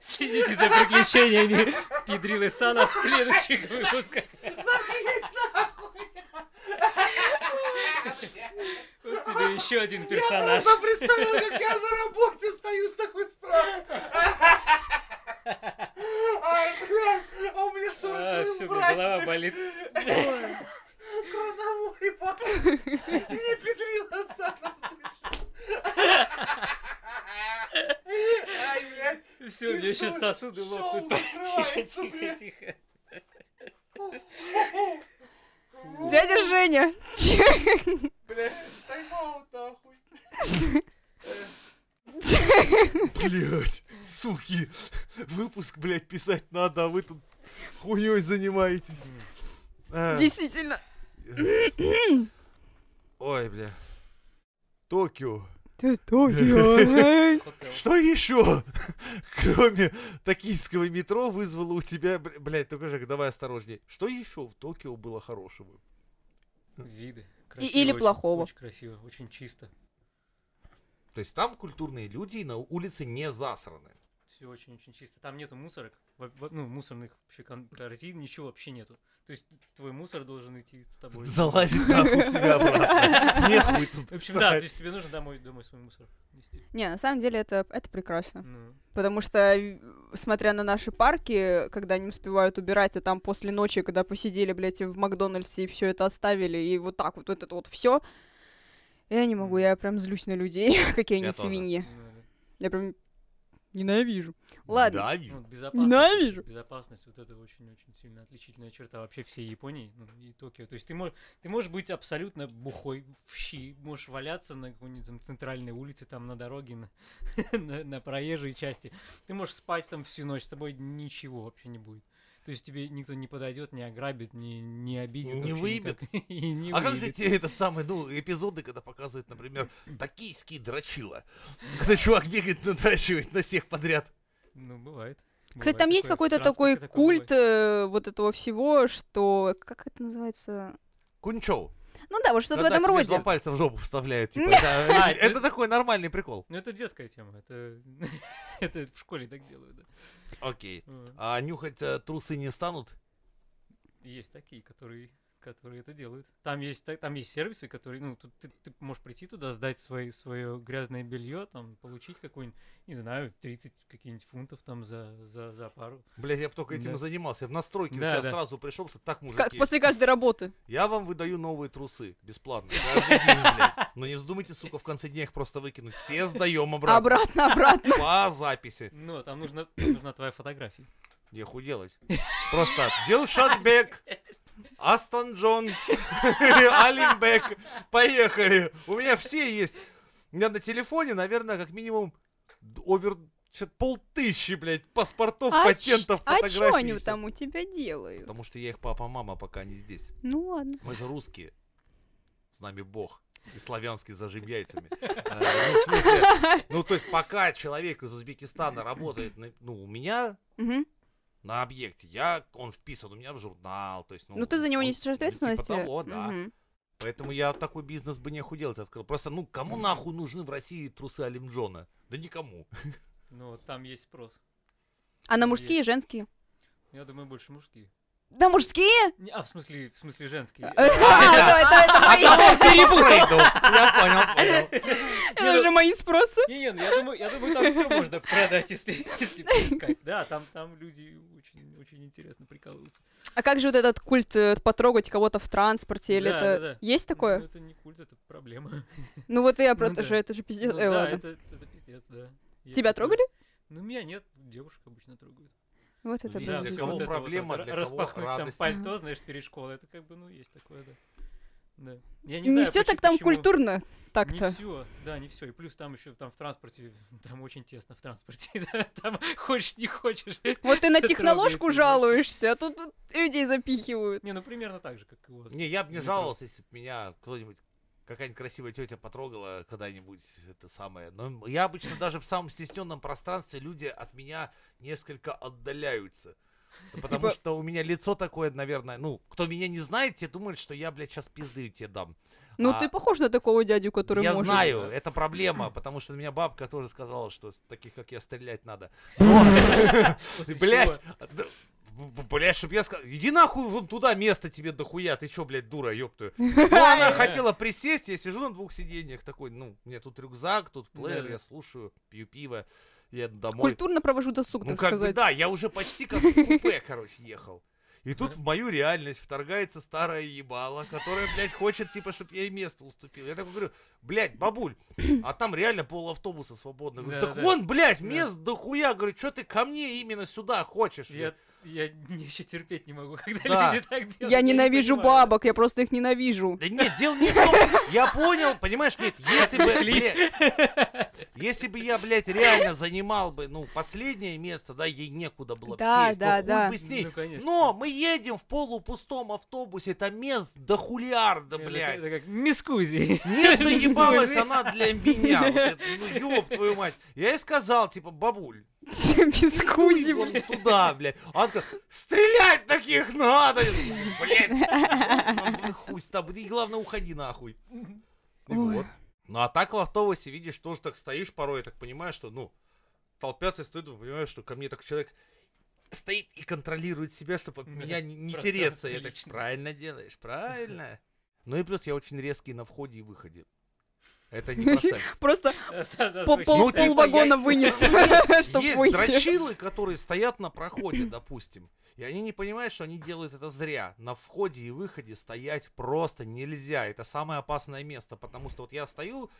Speaker 2: Следите за приключениями Педрилы Сана в следующих выпусках. Вот тебе еще один персонаж.
Speaker 1: представил, как я на работе стою с такой справкой. Ай, блядь, а у меня
Speaker 2: А, все, голова болит.
Speaker 1: Коронавой, похуй. Мне педрила сана Ай, блядь.
Speaker 2: Все, у меня сейчас сосуды
Speaker 1: Шоу
Speaker 2: лопнут. Тихо,
Speaker 1: закрывается,
Speaker 2: тихо,
Speaker 1: блядь.
Speaker 2: тихо.
Speaker 3: Дядя Женя. [laughs]
Speaker 1: Блядь, тайм-аут, нахуй. Блять, суки, выпуск, блядь, писать надо, а вы тут хуйней занимаетесь. А.
Speaker 3: Действительно.
Speaker 1: Ой, бля. Токио.
Speaker 3: Ты то я.
Speaker 2: Хотел.
Speaker 1: Что еще, кроме токийского метро, вызвало у тебя... бля- Блядь, только же, давай осторожней. Что еще в Токио было хорошего?
Speaker 2: Виды.
Speaker 3: И- или
Speaker 2: Красиво очень,
Speaker 3: плохого.
Speaker 2: Очень красиво, очень чисто.
Speaker 1: То есть там культурные люди и на улице не засраны.
Speaker 2: Все очень-очень чисто. Там нету мусорок, во- во- ну, мусорных вообще кон- корзин, ничего вообще нету. То есть твой мусор должен идти с тобой.
Speaker 1: Залазить [laughs] нахуй в тебя обратно. Нехуй [laughs] тут.
Speaker 2: В общем, да, то есть тебе нужно домой, домой свой мусор нести.
Speaker 3: Не, на самом деле это, это прекрасно.
Speaker 2: Ну,
Speaker 3: Потому что, э, смотря на наши парки, когда не успевают убирать, а там после ночи, когда посидели, блядь, в Макдональдсе и все это оставили, и вот так вот, вот это вот все. Я не могу, я прям злюсь на людей, [laughs] какие
Speaker 1: Я
Speaker 3: они
Speaker 1: тоже.
Speaker 3: свиньи.
Speaker 2: ну да.
Speaker 3: Я прям ненавижу. Ладно.
Speaker 1: Да, [laughs]
Speaker 2: Ну,
Speaker 1: вижу.
Speaker 2: вот безопасность.
Speaker 3: Ненавижу.
Speaker 2: Безопасность вот это очень-очень сильно отличительная черта вообще всей Японии ну, и Токио. То есть ты можешь, ты можешь быть абсолютно бухой в щи, можешь валяться на какой-нибудь там центральной улице, там на дороге, на, [laughs] на- на проезжей части. Ты можешь спать там всю ночь, с тобой ничего вообще не будет. То есть тебе никто не подойдет, не ограбит, не, не обидит.
Speaker 1: Не
Speaker 2: вообще
Speaker 1: выебет.
Speaker 2: никак. [laughs] И не
Speaker 1: А как же
Speaker 2: выебет.
Speaker 1: те этот самый, ну, эпизоды, когда показывают, например, токийские дрочила. [laughs] Когда чувак бегает, надрачивает на всех подряд.
Speaker 2: Ну, бывает.
Speaker 3: Кстати,
Speaker 2: Бывает
Speaker 3: там есть
Speaker 2: такое. В
Speaker 3: какой-то
Speaker 2: транспорте
Speaker 3: такой
Speaker 2: такое
Speaker 3: культ
Speaker 2: бывает.
Speaker 3: э, вот этого всего, что... Как это называется?
Speaker 1: Кунчоу.
Speaker 3: Ну да, вот что-то в
Speaker 1: Когда
Speaker 3: этом
Speaker 1: тебе два
Speaker 3: роде.
Speaker 1: пальца в жопу вставляют. типа, это-
Speaker 2: А, [laughs]
Speaker 1: Это
Speaker 2: это-
Speaker 1: такой нормальный прикол.
Speaker 2: Ну, это детская тема. Это, [laughs] это в школе так делают, да.
Speaker 1: Окей.
Speaker 2: Вот.
Speaker 1: А нюхать э, трусы не станут?
Speaker 2: Есть такие, которые, которые это делают. Там есть, та- там есть сервисы, которые, ну, тут ты, ты можешь прийти туда, сдать свои, свое грязное белье, там, получить какую-нибудь, не знаю, 30 каких-нибудь фунтов там за, за, за пару.
Speaker 1: Блять, я бы только этим
Speaker 2: Да.
Speaker 1: и занимался. Я в настройке у
Speaker 2: Да,
Speaker 1: себя
Speaker 2: да.
Speaker 1: сразу пришел, что так,
Speaker 3: Как
Speaker 1: мужики,
Speaker 3: после каждой работы.
Speaker 1: я вам выдаю новые трусы, бесплатно. каждый день, блядь. Но не вздумайте, сука, в конце дня их просто выкинуть. Все сдаем обратно. [laughs]
Speaker 3: Обратно, обратно.
Speaker 1: По записи.
Speaker 2: Ну, там нужна, [coughs] нужна твоя фотография.
Speaker 1: Неху делать. Просто Дилшатбек, Астон Джон, [laughs] Алимбек. Поехали. У меня все есть. У меня на телефоне, наверное, как минимум д- овер чё-то полтыщи, блядь, паспортов,
Speaker 3: А
Speaker 1: патентов,
Speaker 3: чё- а что
Speaker 1: фотографий. и
Speaker 3: они
Speaker 1: всё.
Speaker 3: там у тебя делают?
Speaker 1: Потому что я их папа-мама пока не здесь.
Speaker 3: Ну ладно.
Speaker 1: Мы же русские. С нами бог. И славянский зажим яйцами. Э, ну, в смысле, Ну, то есть пока человек из Узбекистана работает, на- ну, у меня
Speaker 3: Мгм.
Speaker 1: на объекте. Я, он вписан у меня в журнал, то есть, ну...
Speaker 3: Ну ты за него
Speaker 1: он-
Speaker 3: несешь
Speaker 1: ну, типа
Speaker 3: ответственность? э,
Speaker 1: того, да.
Speaker 3: Мгм.
Speaker 1: Поэтому я такой бизнес бы не делать открыл. Просто, ну, кому нахуй нужны в России трусы Алимджона? Да никому.
Speaker 2: Ну, вот там есть спрос.
Speaker 3: А на
Speaker 2: Есть.
Speaker 3: мужские и женские?
Speaker 2: Я думаю, больше мужские.
Speaker 3: Да мужские?
Speaker 2: Не, а, в смысле, в смысле женские.
Speaker 3: А, [laughs] ну, это- это
Speaker 2: А
Speaker 3: мои-
Speaker 1: Перепутал! Я понял, понял.
Speaker 2: ну
Speaker 3: Это уже мои спросы.
Speaker 2: Не, не, ну я думаю, я думаю, там все можно продать, если, если поискать. Да, там, там люди очень, очень интересно прикалываются.
Speaker 3: А как же вот этот культ э, потрогать кого-то в транспорте или
Speaker 2: Да, да,
Speaker 3: это...
Speaker 2: да.
Speaker 3: Есть
Speaker 2: Ну,
Speaker 3: такое?
Speaker 2: это не культ, это проблема.
Speaker 3: Ну вот я
Speaker 2: Ну
Speaker 3: просто
Speaker 2: да.
Speaker 3: же, это же [laughs] пиздец.
Speaker 2: Ну
Speaker 3: Э,
Speaker 2: да,
Speaker 3: ладно.
Speaker 2: это, это пиздец, да. Я
Speaker 3: Тебя
Speaker 2: такой-
Speaker 3: трогали?
Speaker 2: Ну, меня нет, девушек обычно трогают.
Speaker 3: Вот это
Speaker 1: Видишь,
Speaker 3: да.
Speaker 1: для
Speaker 2: всё
Speaker 1: кого
Speaker 2: это
Speaker 1: проблема,
Speaker 2: ра-
Speaker 1: для кого
Speaker 2: Распахнуть там
Speaker 1: радость.
Speaker 2: пальто, знаешь, перед школой, это как бы, ну, есть такое, да. Да. Я не,
Speaker 3: Не
Speaker 2: знаю,
Speaker 3: все
Speaker 2: почему-
Speaker 3: так там
Speaker 2: почему-
Speaker 3: культурно
Speaker 2: Не
Speaker 3: так-то.
Speaker 2: все, да, не все. И плюс там еще там в транспорте, [laughs] там очень тесно в транспорте, [laughs] да, там хочешь, не хочешь.
Speaker 3: Вот ты на
Speaker 2: Всё
Speaker 3: техноложку
Speaker 2: трогается, знаешь.
Speaker 3: жалуешься, а тут тут людей запихивают.
Speaker 2: Не, ну примерно так же, как и у вас.
Speaker 1: Не, я бы не
Speaker 2: Метро.
Speaker 1: жаловался, если бы меня кто-нибудь какая-нибудь красивая тетя потрогала когда-нибудь это самое. Но я обычно даже в самом стесненном пространстве люди от меня несколько отдаляются. Да Потому
Speaker 3: Типа-
Speaker 1: что у меня лицо такое, наверное, ну, кто меня не знает, те думают, что я, блядь, сейчас пизды тебе дам.
Speaker 3: Ну,
Speaker 1: А-
Speaker 3: ты похож на такого дядю, который
Speaker 1: я
Speaker 3: может.
Speaker 1: знаю, это проблема, потому что меня бабка тоже сказала, что с таких, как я, стрелять надо.
Speaker 2: После
Speaker 1: Блять,
Speaker 2: чего-
Speaker 1: блять, чтоб я сказал, иди нахуй вон туда, место тебе дохуя, ты чё, блядь, дура, ёптую. Ну, она хотела присесть, я сижу на двух сиденьях, такой, ну, у меня тут рюкзак, тут плеер,
Speaker 2: Да-да.
Speaker 1: я слушаю, пью пиво, я домой.
Speaker 3: Культурно провожу досуг,
Speaker 1: Ну,
Speaker 3: так
Speaker 1: как бы,
Speaker 3: сказать.
Speaker 1: да, я уже почти как в купе, короче, ехал. И тут в мою реальность вторгается старая ебала, которая, блядь, хочет, типа, чтобы я ей место уступил. Я такой говорю, блядь, бабуль, а там реально пол автобуса свободно. Говорю, так
Speaker 2: Да-да-да.
Speaker 1: вон, блядь,
Speaker 2: Да.
Speaker 1: мест дохуя. Говорю, что ты ко мне именно сюда хочешь?
Speaker 2: Я я [laughs] еще терпеть не могу, [laughs] когда
Speaker 1: Да.
Speaker 2: люди так делают.
Speaker 3: Я
Speaker 2: не
Speaker 3: ненавижу
Speaker 2: понимаю.
Speaker 3: бабок, я просто их ненавижу. [laughs]
Speaker 1: Да нет, дело не в том. Я понял, понимаешь, нет, если бы,
Speaker 2: Отвлеклись.
Speaker 1: бля, если бы я, блядь, реально занимал бы, ну, последнее место, да, ей некуда было б
Speaker 3: Да,
Speaker 1: сесть, ну,
Speaker 3: да,
Speaker 1: хуй
Speaker 3: да.
Speaker 1: бы с ней.
Speaker 2: Ну, конечно.
Speaker 1: Но мы едем в полупустом автобусе, там мест до хулиарда,
Speaker 2: Это-
Speaker 1: блядь.
Speaker 2: Э, Это как мискузи.
Speaker 3: [laughs]
Speaker 1: Нет, доебалась
Speaker 2: Мискузи.
Speaker 1: она для меня. Вот это, ну, ёб твою мать. Я ей сказал, типа, бабуль,
Speaker 3: Без
Speaker 1: хуй
Speaker 3: кузи,
Speaker 1: вон
Speaker 3: блин.
Speaker 1: туда, блядь. Она такая, стрелять таких надо. Я такой, Блядь, ну, хуй с тобой. И главное, уходи нахуй. И
Speaker 3: Ой.
Speaker 1: вот. Ну, а так в автобусе, видишь, тоже так стоишь порой, я так понимаешь, что, ну, толпятся и стоят, понимаешь, что ко мне так человек стоит и контролирует себя, чтобы от
Speaker 2: Да,
Speaker 1: меня не, не
Speaker 2: пространство
Speaker 1: тереться. Я так,
Speaker 2: личное.
Speaker 1: правильно делаешь, правильно. Ну и плюс я очень резкий на входе и выходе. Это не про секс.
Speaker 3: Просто по
Speaker 2: По
Speaker 3: пол,
Speaker 1: Ну, типа,
Speaker 3: вагона
Speaker 1: я-
Speaker 3: вынес, чтобы
Speaker 1: [laughs]
Speaker 3: [laughs]
Speaker 1: Есть
Speaker 3: выйти.
Speaker 1: дрочилы, которые стоят на проходе, [clears throat] допустим, и они не понимают, что они делают это зря. На входе и выходе стоять просто нельзя. Это самое опасное место, потому что вот я стою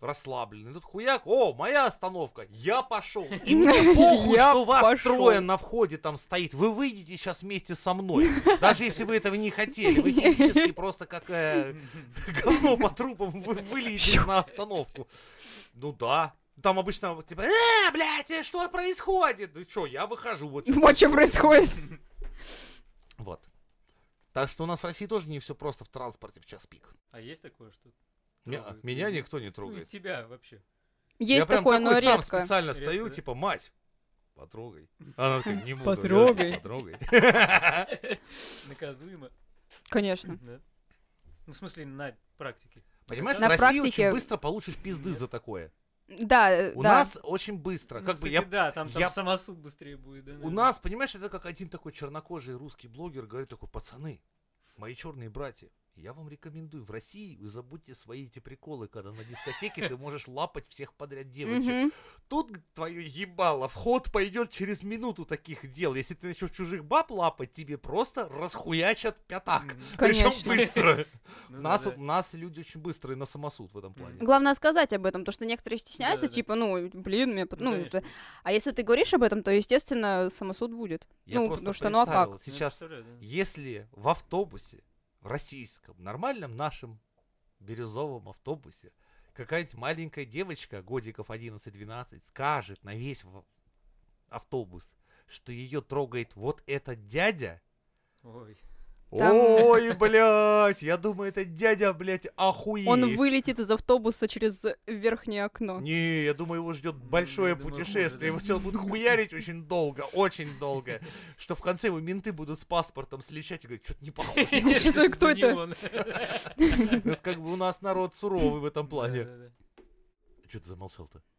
Speaker 1: расслабленный, тут хуяк, о, моя остановка, я пошел. И мне похуй,
Speaker 3: [laughs] Я
Speaker 1: что вас
Speaker 3: пошел.
Speaker 1: трое на входе там стоит. Вы выйдете сейчас вместе со мной. Даже если вы этого не хотели. Вы физически просто как э, [laughs] говно по трупам вы вылетите на остановку. Ну да. Там обычно типа, э, блядь, э, что происходит? Ну чё, я выхожу. Вот,
Speaker 3: [laughs]
Speaker 1: чё.
Speaker 3: Вот что Ну, а происходит.
Speaker 1: вот. Так что у нас в России тоже не все просто в транспорте в час пик.
Speaker 2: А есть такое, что
Speaker 1: Меня-
Speaker 2: Трогают.
Speaker 1: Меня никто не
Speaker 2: Ну, и
Speaker 1: Ну, трогает.
Speaker 2: тебя вообще. [laughs]
Speaker 1: я
Speaker 3: Есть
Speaker 1: прям
Speaker 3: такое, но
Speaker 1: такой сам
Speaker 3: редко.
Speaker 1: специально
Speaker 2: Редко,
Speaker 1: стою,
Speaker 2: да?
Speaker 1: типа, мать, потрогай. А Она такая, не буду. я такой,
Speaker 3: Потрогай.
Speaker 1: Потрогай. [laughs]
Speaker 2: Наказуемо.
Speaker 3: Конечно.
Speaker 2: Да. Ну, в смысле, на практике.
Speaker 1: Понимаешь,
Speaker 3: На
Speaker 1: в России очень
Speaker 3: практике-
Speaker 1: быстро получишь пизды за такое.
Speaker 3: Да, э,
Speaker 1: У
Speaker 3: да.
Speaker 1: нас очень быстро.
Speaker 2: Ну,
Speaker 1: Как бы
Speaker 2: кстати,
Speaker 1: я
Speaker 2: да, там, там
Speaker 1: я-
Speaker 2: самосуд быстрее будет. Да,
Speaker 1: У нас, понимаешь, это как один такой чернокожий русский блогер говорит такой, пацаны, мои черные братья, я вам рекомендую, в России вы забудьте свои эти приколы, когда на дискотеке ты можешь лапать всех подряд девочек.
Speaker 3: Мгм.
Speaker 1: Тут г- твое ебало, вход пойдет через минуту таких дел. Если ты начнешь чужих баб лапать, тебе просто расхуячат пятак.
Speaker 2: М,
Speaker 1: Причем
Speaker 3: Конечно.
Speaker 1: быстро.
Speaker 2: ну да,
Speaker 1: Нас,
Speaker 2: да.
Speaker 1: нас люди очень быстрые на самосуд в этом плане.
Speaker 3: Главное сказать об этом, то что некоторые стесняются,
Speaker 2: Да-да-да.
Speaker 3: типа, ну, блин, мне... пот-
Speaker 2: Ну,
Speaker 3: Ну,
Speaker 2: конечно.
Speaker 3: это- а если ты говоришь об этом, то, естественно, самосуд будет.
Speaker 1: Я
Speaker 3: ну,
Speaker 1: просто
Speaker 3: потому что, ну, а
Speaker 1: представил,
Speaker 3: как?
Speaker 2: Ну, я
Speaker 1: Сейчас
Speaker 2: представляю, да.
Speaker 1: Если в автобусе, в российском, нормальном нашем бирюзовом автобусе, какая-нибудь маленькая девочка, годиков 11-12, скажет на весь в- автобус, что ее трогает вот этот дядя,
Speaker 2: [laughs] Ой.
Speaker 3: Там-
Speaker 1: Ой, блядь, я думаю, этот дядя, блядь, охуеет.
Speaker 3: Он вылетит из автобуса через верхнее окно.
Speaker 1: Не, я думаю, его ждет
Speaker 2: Ну,
Speaker 1: большое
Speaker 2: я думаю,
Speaker 1: путешествие. Его
Speaker 2: может,
Speaker 1: сейчас будут хуярить очень долго, очень долго. Что в конце его менты будут с паспортом сличать и говорить, что-то не похоже.
Speaker 3: Что-то кто
Speaker 2: не
Speaker 3: это?
Speaker 2: он. [laughs]
Speaker 1: Это как бы у нас народ суровый в этом плане.
Speaker 2: Да-да-да.
Speaker 1: Че ты [laughs] замолчал-то? [laughs]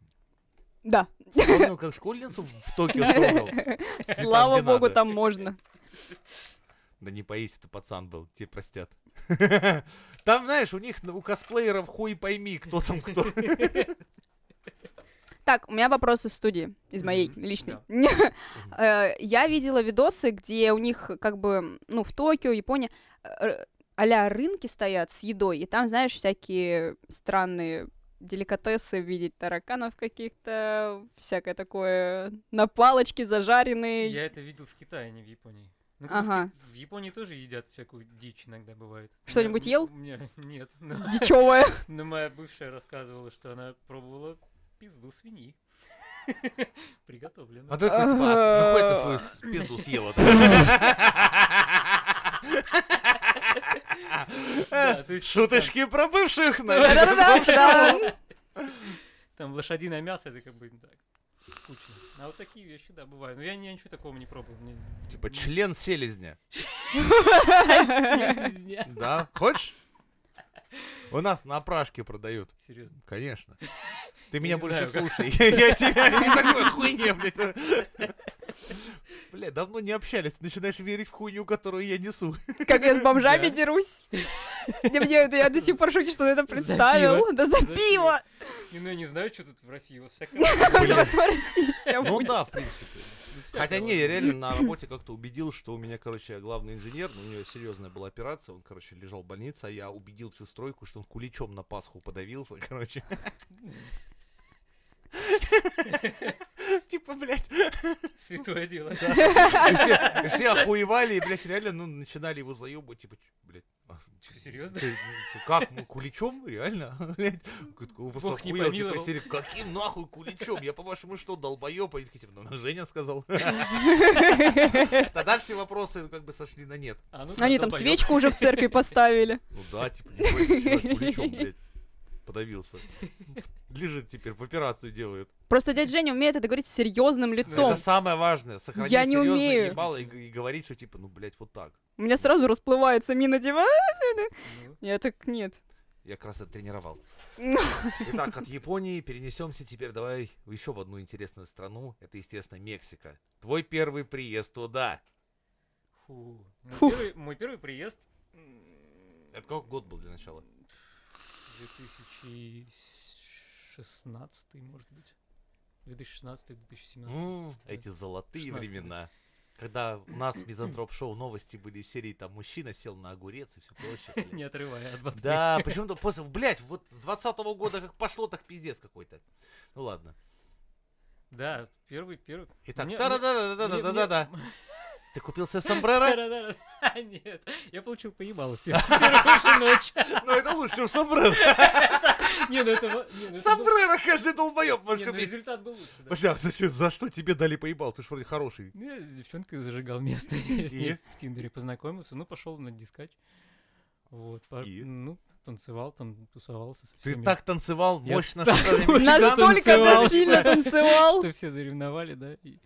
Speaker 3: Да.
Speaker 1: Вспомнил, как школьницу в Токио трогал?
Speaker 3: Слава
Speaker 1: где
Speaker 3: богу,
Speaker 1: надо.
Speaker 3: там можно.
Speaker 1: Да не боись, это пацан был, тебе простят. [laughs] Там, знаешь, у них, у косплееров хуй пойми, кто там [laughs] кто.
Speaker 3: Так, у меня вопрос из студии, из моей
Speaker 2: Мгм,
Speaker 3: личной. [laughs]
Speaker 2: да.
Speaker 3: Э, Я видела видосы, где у них как бы, ну, в Токио, Япония, э, а-ля рынки стоят с едой, и там, знаешь, всякие странные деликатесы в виде тараканов каких-то, всякое такое, на палочке зажаренные.
Speaker 2: Я это видел в Китае, а не в Японии. Ну,
Speaker 3: Ага.
Speaker 2: В Японии тоже едят всякую дичь иногда бывает. У меня-
Speaker 3: Что-нибудь ел?
Speaker 2: У меня [laughs] нет. Но,
Speaker 3: Дичевое.
Speaker 2: но Ну, моя бывшая рассказывала, что она пробовала пизду свиньи. [laughs] Приготовлено.
Speaker 1: А ты такой, типа, «А, нахуй ты свою с- [laughs] пизду съела?
Speaker 2: Да, то есть
Speaker 1: Шуточки про бывших, наверное.
Speaker 3: Да-да-да.
Speaker 2: Там лошадиное мясо, это как бы так, скучно. А вот такие вещи, да, бывают. Но я, ни- ничего такого не пробовал. мне-
Speaker 1: [laughs] Типа член селезня.
Speaker 2: Серьезно.
Speaker 1: Да, хочешь? У нас на опрашке продают.
Speaker 2: Серьезно.
Speaker 1: [laughs] Конечно. Ты
Speaker 2: Я
Speaker 1: меня
Speaker 2: не
Speaker 1: больше
Speaker 2: знаю,
Speaker 1: слушай. [laughs] Я тебя не такой хуйне, блядь. Бля, давно не общались. Ты начинаешь верить в хуйню, которую я [laughs] несу.
Speaker 3: Как я с бомжами
Speaker 2: Да. [laughs]
Speaker 3: дерусь. Я, мне это- я до сих пор в шоке, что он это представил. Да за
Speaker 2: За
Speaker 3: пиво!
Speaker 2: Не, Ну, я не знаю, что тут в России у вас
Speaker 1: [laughs]
Speaker 2: всякое.
Speaker 3: Посмотрите, [laughs] всё
Speaker 1: Ну
Speaker 3: будет.
Speaker 1: да, в принципе.
Speaker 2: ну, всякое
Speaker 1: Хотя не,
Speaker 2: вот.
Speaker 1: я реально [laughs] на работе как-то убедил, что у меня, короче, главный инженер, ну, у него серьезная была операция, он, короче, лежал в больнице, а я убедил всю стройку, что он куличом на Пасху подавился, [laughs] короче. Типа, блядь,
Speaker 2: Святое дело.
Speaker 1: и все, и все охуевали, и, блядь, реально, ну, начинали его заебывать, типа, «Чё, блядь. а,
Speaker 2: Чё, серьезно?
Speaker 1: ты, ну, как, ну, куличом, реально? [laughs] Блядь, Говорит, он просто
Speaker 2: Бог не
Speaker 1: охуел, типа,
Speaker 2: помиловал.
Speaker 1: серии, каким нахуй куличом? Я, по-вашему, что, долбоеб? Они такие, типа, ну, Женя [laughs] сказал. Тогда все вопросы, ну, как бы, сошли на нет.
Speaker 2: А ну,
Speaker 3: [laughs] Они там
Speaker 2: долбоёб.
Speaker 3: свечку уже в церкви поставили.
Speaker 1: Ну да, типа, не [laughs] бойся, человек куличом, блядь, подавился. Лежит теперь, в операцию делают.
Speaker 3: Просто дядя Женя умеет это говорить с серьезным
Speaker 2: Ну,
Speaker 1: Но
Speaker 3: лицом.
Speaker 1: Ну, это самое важное, сохранить
Speaker 3: Я не
Speaker 1: серьёзное
Speaker 3: умею.
Speaker 1: ебало и, г- и говорить, что, типа, ну, блядь, вот так.
Speaker 3: У меня сразу расплывается мина типа. «А!»
Speaker 2: Ну,
Speaker 3: Я так нет.
Speaker 1: Я как раз это тренировал. Итак, от Японии перенесемся теперь давай в еще в одну интересную страну. Это, естественно, Мексика. Твой первый приезд туда.
Speaker 2: фу.
Speaker 3: Фух.
Speaker 2: Мой первый- Мой первый приезд... м,
Speaker 1: Это какой год был для начала?
Speaker 2: 2016, может быть. 2016-2017.
Speaker 1: М, Эти золотые
Speaker 2: 16-й.
Speaker 1: времена. Когда у нас в мизантроп-шоу новости были из серии, там мужчина сел на огурец и все прочее.
Speaker 2: [laughs]
Speaker 1: блядь.
Speaker 2: Не отрывая от воды.
Speaker 1: Да, почему-то после, блядь, вот с 20 года как пошло, так пиздец какой-то. Ну ладно.
Speaker 2: Да, первый, первый.
Speaker 1: Итак,
Speaker 2: Мне-
Speaker 1: да да да да
Speaker 2: мне-
Speaker 1: да да
Speaker 2: мне-
Speaker 1: да да Ты купил себе сомбреро?
Speaker 2: [laughs] Да-да-да. [laughs] Нет, я получил поебало в пер- [laughs] в первую же ночь. [laughs]
Speaker 1: Ну это лучше, чем сомбреро.
Speaker 2: Не, ну это... во- не, ну это был-
Speaker 1: Сомбреро каждый долбоеб
Speaker 2: не,
Speaker 1: может
Speaker 2: ну
Speaker 1: купить.
Speaker 2: результат был лучше, да.
Speaker 1: Подожди, а зачем- за что тебе дали поебал? Ты же вроде хороший.
Speaker 2: Ну, я с девчонкой зажигал место, [laughs] я с
Speaker 1: И?
Speaker 2: ней в Тиндере познакомился, ну, пошел на дискач. Вот, по-
Speaker 1: И?
Speaker 2: ну, танцевал там, тусовался со
Speaker 1: Ты
Speaker 2: всеми, [laughs]
Speaker 1: так танцевал
Speaker 2: Я
Speaker 1: мощно,
Speaker 2: так
Speaker 1: что для
Speaker 2: мощно
Speaker 1: меня-
Speaker 3: Настолько
Speaker 2: танцевал,
Speaker 3: за сильно танцевал.
Speaker 2: что все заревновали, да, и,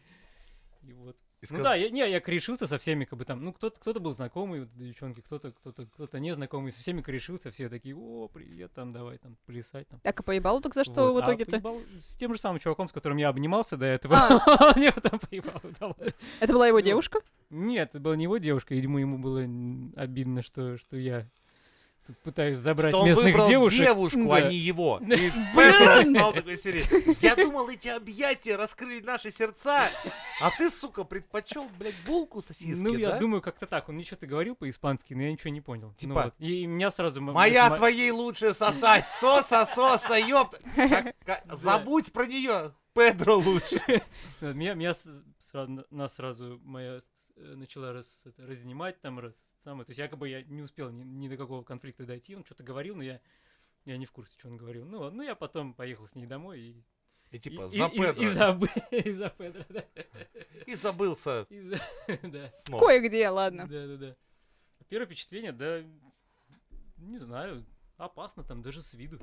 Speaker 2: и вот.
Speaker 1: И
Speaker 2: Ну
Speaker 1: сказ-
Speaker 2: да, я, не, я корешился со всеми, как бы там, ну, кто-то кто был знакомый, вот, девчонки, кто-то кто-то кто-то незнакомый, со всеми корешился, все такие, о, привет, там, давай, там, плясать, там.
Speaker 3: Так, а поебал только за что в
Speaker 2: Вот, а
Speaker 3: итоге-то?
Speaker 2: поебал С тем же самым чуваком, с которым я обнимался до этого,
Speaker 3: А.
Speaker 2: [laughs] он мне потом поебал дал.
Speaker 3: Это была его
Speaker 2: Ну,
Speaker 3: девушка?
Speaker 2: Нет, это была не его девушка, видимо, ему было н- обидно, что, что я тут пытаюсь забрать
Speaker 1: что он
Speaker 2: местных
Speaker 1: выбрал
Speaker 2: девушек.
Speaker 1: девушку, а
Speaker 2: Да.
Speaker 1: не его.
Speaker 2: Да.
Speaker 1: И поэтому стал такой серии. Я думал, эти объятия раскрыли наши сердца, а ты, сука, предпочел, блядь, булку сосиски,
Speaker 2: Ну, я
Speaker 1: да?
Speaker 2: думаю, как-то так. Он мне что-то говорил по-испански, но я ничего не понял. Ну
Speaker 1: Типа,
Speaker 2: вот. и, и меня сразу... м-
Speaker 1: Моя
Speaker 2: м-
Speaker 1: твоей лучше сосать, соса, соса, ёпта. Как-
Speaker 2: [laughs]
Speaker 1: как- Забудь про нее, Педро лучше.
Speaker 2: Да, Э, Меня, меня с- сразу, на- нас сразу моя с- э, начала раз, это, разнимать там, раз, самое. То есть якобы я не успел ни, ни до какого конфликта дойти. Он что-то говорил, но я, я не в курсе, что он говорил. Ну, ладно, ну я потом поехал с ней домой и...
Speaker 1: И
Speaker 2: и-
Speaker 1: типа,
Speaker 2: и-
Speaker 1: за
Speaker 2: и- И
Speaker 1: Педро.
Speaker 2: [laughs] забы- и за Педро, да.
Speaker 1: И забылся
Speaker 2: И за- [laughs] да.
Speaker 1: снова.
Speaker 3: Кое-где, ладно.
Speaker 2: Да, да, да. Первое впечатление, да, не знаю, опасно там даже с виду.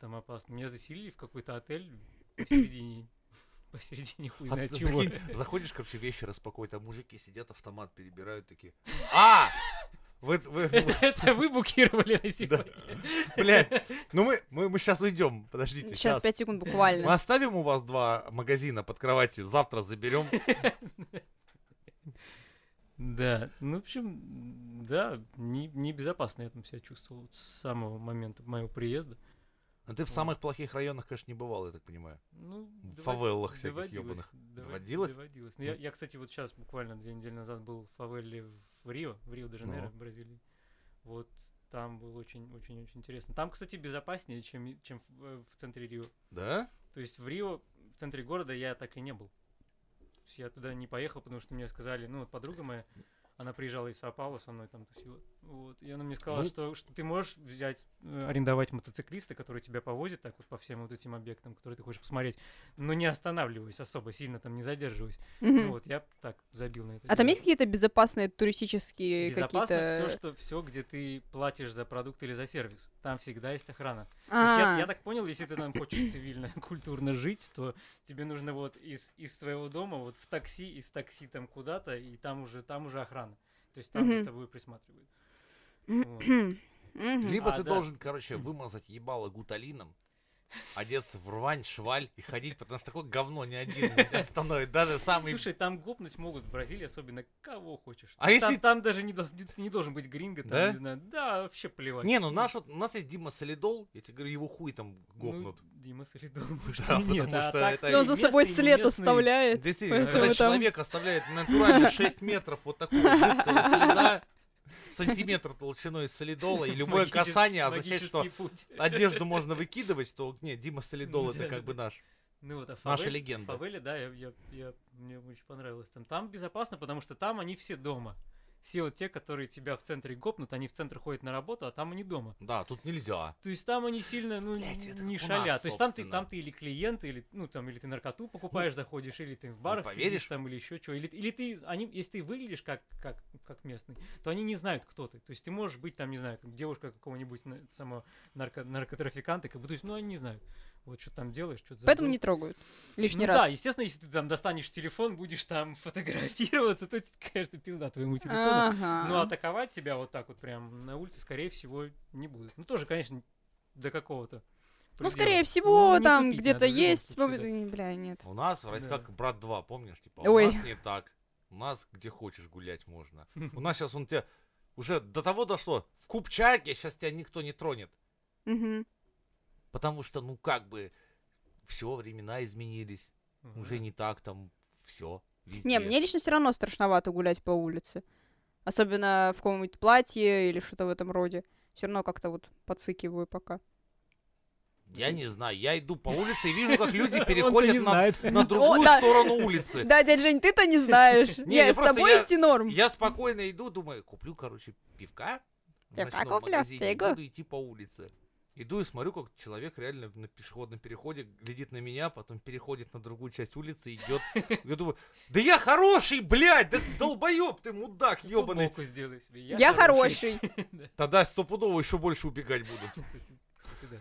Speaker 2: Там опасно. Меня заселили в какой-то отель посередине, [laughs] посередине хуй
Speaker 1: А
Speaker 2: знает
Speaker 1: ты
Speaker 2: чего.
Speaker 1: прикинь, заходишь, короче, вещи распакуют, а мужики сидят, автомат перебирают такие. А! Вы, вы-
Speaker 2: [laughs] Это, типа это вы букировали на
Speaker 1: да.
Speaker 2: сегодня.
Speaker 1: Блядь, ну мы, мы, мы сейчас уйдем, подождите.
Speaker 3: Сейчас
Speaker 1: Сейчас,
Speaker 3: 5 секунд
Speaker 1: Мы
Speaker 3: буквально.
Speaker 1: оставим у вас два магазина под кроватью, завтра заберем.
Speaker 2: Да, ну, в общем, да, не- небезопасно я там себя чувствовал вот с самого момента моего приезда.
Speaker 1: Но А ты в самых плохих районах, конечно, не бывал, я так понимаю.
Speaker 2: Ну,
Speaker 1: В
Speaker 2: довод-
Speaker 1: фавелах всяких
Speaker 2: доводилось,
Speaker 1: ёбаных.
Speaker 2: довод-
Speaker 1: Доводилось?
Speaker 2: Доводилось. Ну, я, я, кстати, вот сейчас буквально две недели назад был в фавеле в Рио, в Рио-де-Жанейро,
Speaker 1: Ну.
Speaker 2: в Бразилии. Вот там было очень-очень-очень интересно. Там, кстати, безопаснее, чем, и- чем в, э, в центре Рио.
Speaker 1: Да?
Speaker 2: То есть в Рио, в центре города, я так и не был. То есть я туда не поехал, потому что мне сказали, ну, вот подруга моя, Она приезжала из Сапала со мной там тусила. Вот. И она мне сказала, что, что ты можешь взять, э, арендовать мотоциклиста, который тебя повозит так вот по всем вот этим объектам, которые ты хочешь посмотреть, но не останавливаясь особо, сильно там не задерживаясь.
Speaker 3: Мгм.
Speaker 2: Ну вот, э, я так забил на это.
Speaker 3: Хм. А там
Speaker 2: дело.
Speaker 3: есть какие-то безопасные туристические
Speaker 2: Безопасно
Speaker 3: какие-то...
Speaker 2: все, что все, где ты платишь за продукт или за сервис. Там всегда есть охрана. То есть
Speaker 3: А,
Speaker 2: я, я так понял, если ты там хочешь цивильно, [laughs] культурно жить, то тебе нужно вот из, из твоего дома вот в такси, из такси там куда-то, и там уже, там уже охрана. То есть там
Speaker 3: Мгм.
Speaker 2: за тобой присматривают. Вот.
Speaker 3: [clears throat] мгм.
Speaker 1: Либо
Speaker 2: А,
Speaker 1: ты
Speaker 2: да.
Speaker 1: должен, короче, вымазать ебало гуталином, одеться в рвань, шваль и ходить, потому что такое говно ни один не остановит, даже самый...
Speaker 2: Слушай, там гопнуть могут в Бразилии, особенно кого хочешь.
Speaker 1: А
Speaker 2: там,
Speaker 1: если-
Speaker 2: там даже не, дол- не- не должен быть гринго, там,
Speaker 1: Да?
Speaker 2: не знаю, да, вообще плевать.
Speaker 1: Не, ну наш, вот- у нас есть Дима Солидол, я тебе говорю, его хуй там
Speaker 2: Ну,
Speaker 1: гопнут.
Speaker 2: Дима Солидон, может,
Speaker 1: Да,
Speaker 2: и нет,
Speaker 1: потому
Speaker 2: а
Speaker 1: что
Speaker 2: так
Speaker 1: это-
Speaker 3: Но он за
Speaker 2: местные,
Speaker 3: собой
Speaker 2: не
Speaker 3: след
Speaker 2: местные.
Speaker 3: оставляет.
Speaker 1: Действительно,
Speaker 3: Поэтому
Speaker 1: когда
Speaker 3: там-
Speaker 1: человек оставляет натурально 6 метров вот такого жидкого следа, в сантиметр толщиной солидола, и любое
Speaker 2: Магичес-
Speaker 1: касание означает, что
Speaker 2: магический путь.
Speaker 1: одежду можно выкидывать, то нет, Дима Солидол это как бы наш.
Speaker 2: Ну вот, а фавель,
Speaker 1: Наша легенда.
Speaker 2: фавели, да, я, я- я- мне очень понравилось там. Там безопасно, потому что там они все дома. Все вот те, которые тебя в центре гопнут, они в центр ходят на работу, а там они дома.
Speaker 1: Да, тут нельзя.
Speaker 2: То есть там они сильно, ну,
Speaker 1: Блядь, это
Speaker 2: не
Speaker 1: у нас,
Speaker 2: шалят. То есть там ты,
Speaker 1: собственно. Ну,
Speaker 2: там ты или клиент, или, ну, там, или ты наркоту покупаешь, заходишь, или ты в барах
Speaker 1: поверишь?
Speaker 2: сидишь там, или еще что. Или, или ты, они, если ты выглядишь как, как, как местный, то они не знают, кто ты. То есть ты можешь быть там, не знаю, как девушка какого-нибудь на- самого нарко- наркотрафиканта, как бы, то есть, ну, они не знают. Вот что ты там делаешь, что
Speaker 3: Поэтому не трогают лишний
Speaker 2: ну Да,
Speaker 3: раз.
Speaker 2: естественно, если ты там достанешь телефон, будешь там [laughs] фотографироваться, то, тебе, конечно, пизда твоему телефону.
Speaker 3: Ага.
Speaker 2: Но атаковать тебя вот так вот прям на улице, скорее всего, не будут. Ну, тоже, конечно, до какого-то.
Speaker 3: Ну,
Speaker 2: предела. Ну,
Speaker 3: скорее всего,
Speaker 2: не
Speaker 3: там
Speaker 2: тупить
Speaker 3: где-то
Speaker 2: надо в любом
Speaker 3: есть...
Speaker 2: случае, да.
Speaker 3: пом- Бля, нет.
Speaker 1: У нас вроде
Speaker 2: Да.
Speaker 1: как брат 2, помнишь, типа,
Speaker 3: Ой.
Speaker 1: у нас не так. У нас где хочешь гулять можно. У нас сейчас он тебя уже до того дошло, в Купчаге сейчас тебя никто не тронет.
Speaker 3: Мгм.
Speaker 1: Потому что, ну как бы, все, времена изменились.
Speaker 2: Ага. [laughs]
Speaker 1: Уже не так там все.
Speaker 3: Не, мне лично все равно страшновато гулять по улице. Особенно в каком-нибудь платье или что-то в этом роде. Все равно как-то вот подсыкиваю пока.
Speaker 1: Я не знаю, я иду по улице и вижу, как люди
Speaker 2: [laughs] Он-то не
Speaker 1: переходят на,
Speaker 2: знает.
Speaker 1: [laughs] на другую
Speaker 3: да.
Speaker 1: сторону улицы.
Speaker 3: Да, дядь Жень, ты-то не знаешь.
Speaker 1: Э, Не,
Speaker 3: Не,
Speaker 1: я
Speaker 3: с
Speaker 1: просто-
Speaker 3: тобой
Speaker 1: я-
Speaker 3: идти норм.
Speaker 1: Я спокойно иду, думаю, куплю, короче, пивка. в
Speaker 3: Пивка
Speaker 1: ночном
Speaker 3: куплю,
Speaker 1: магазине и
Speaker 3: фигу.
Speaker 1: Буду идти по улице. Иду и смотрю, как человек реально на пешеходном переходе глядит на меня, потом переходит на другую часть улицы и
Speaker 2: [laughs]
Speaker 1: идет. Я думаю, да я хороший, блядь, да долбоеб ты, мудак, ебаный.
Speaker 2: [laughs] Футболку сделай себе.
Speaker 3: Я хороший.
Speaker 1: Тогда стопудово еще больше убегать буду.
Speaker 2: Кстати, да.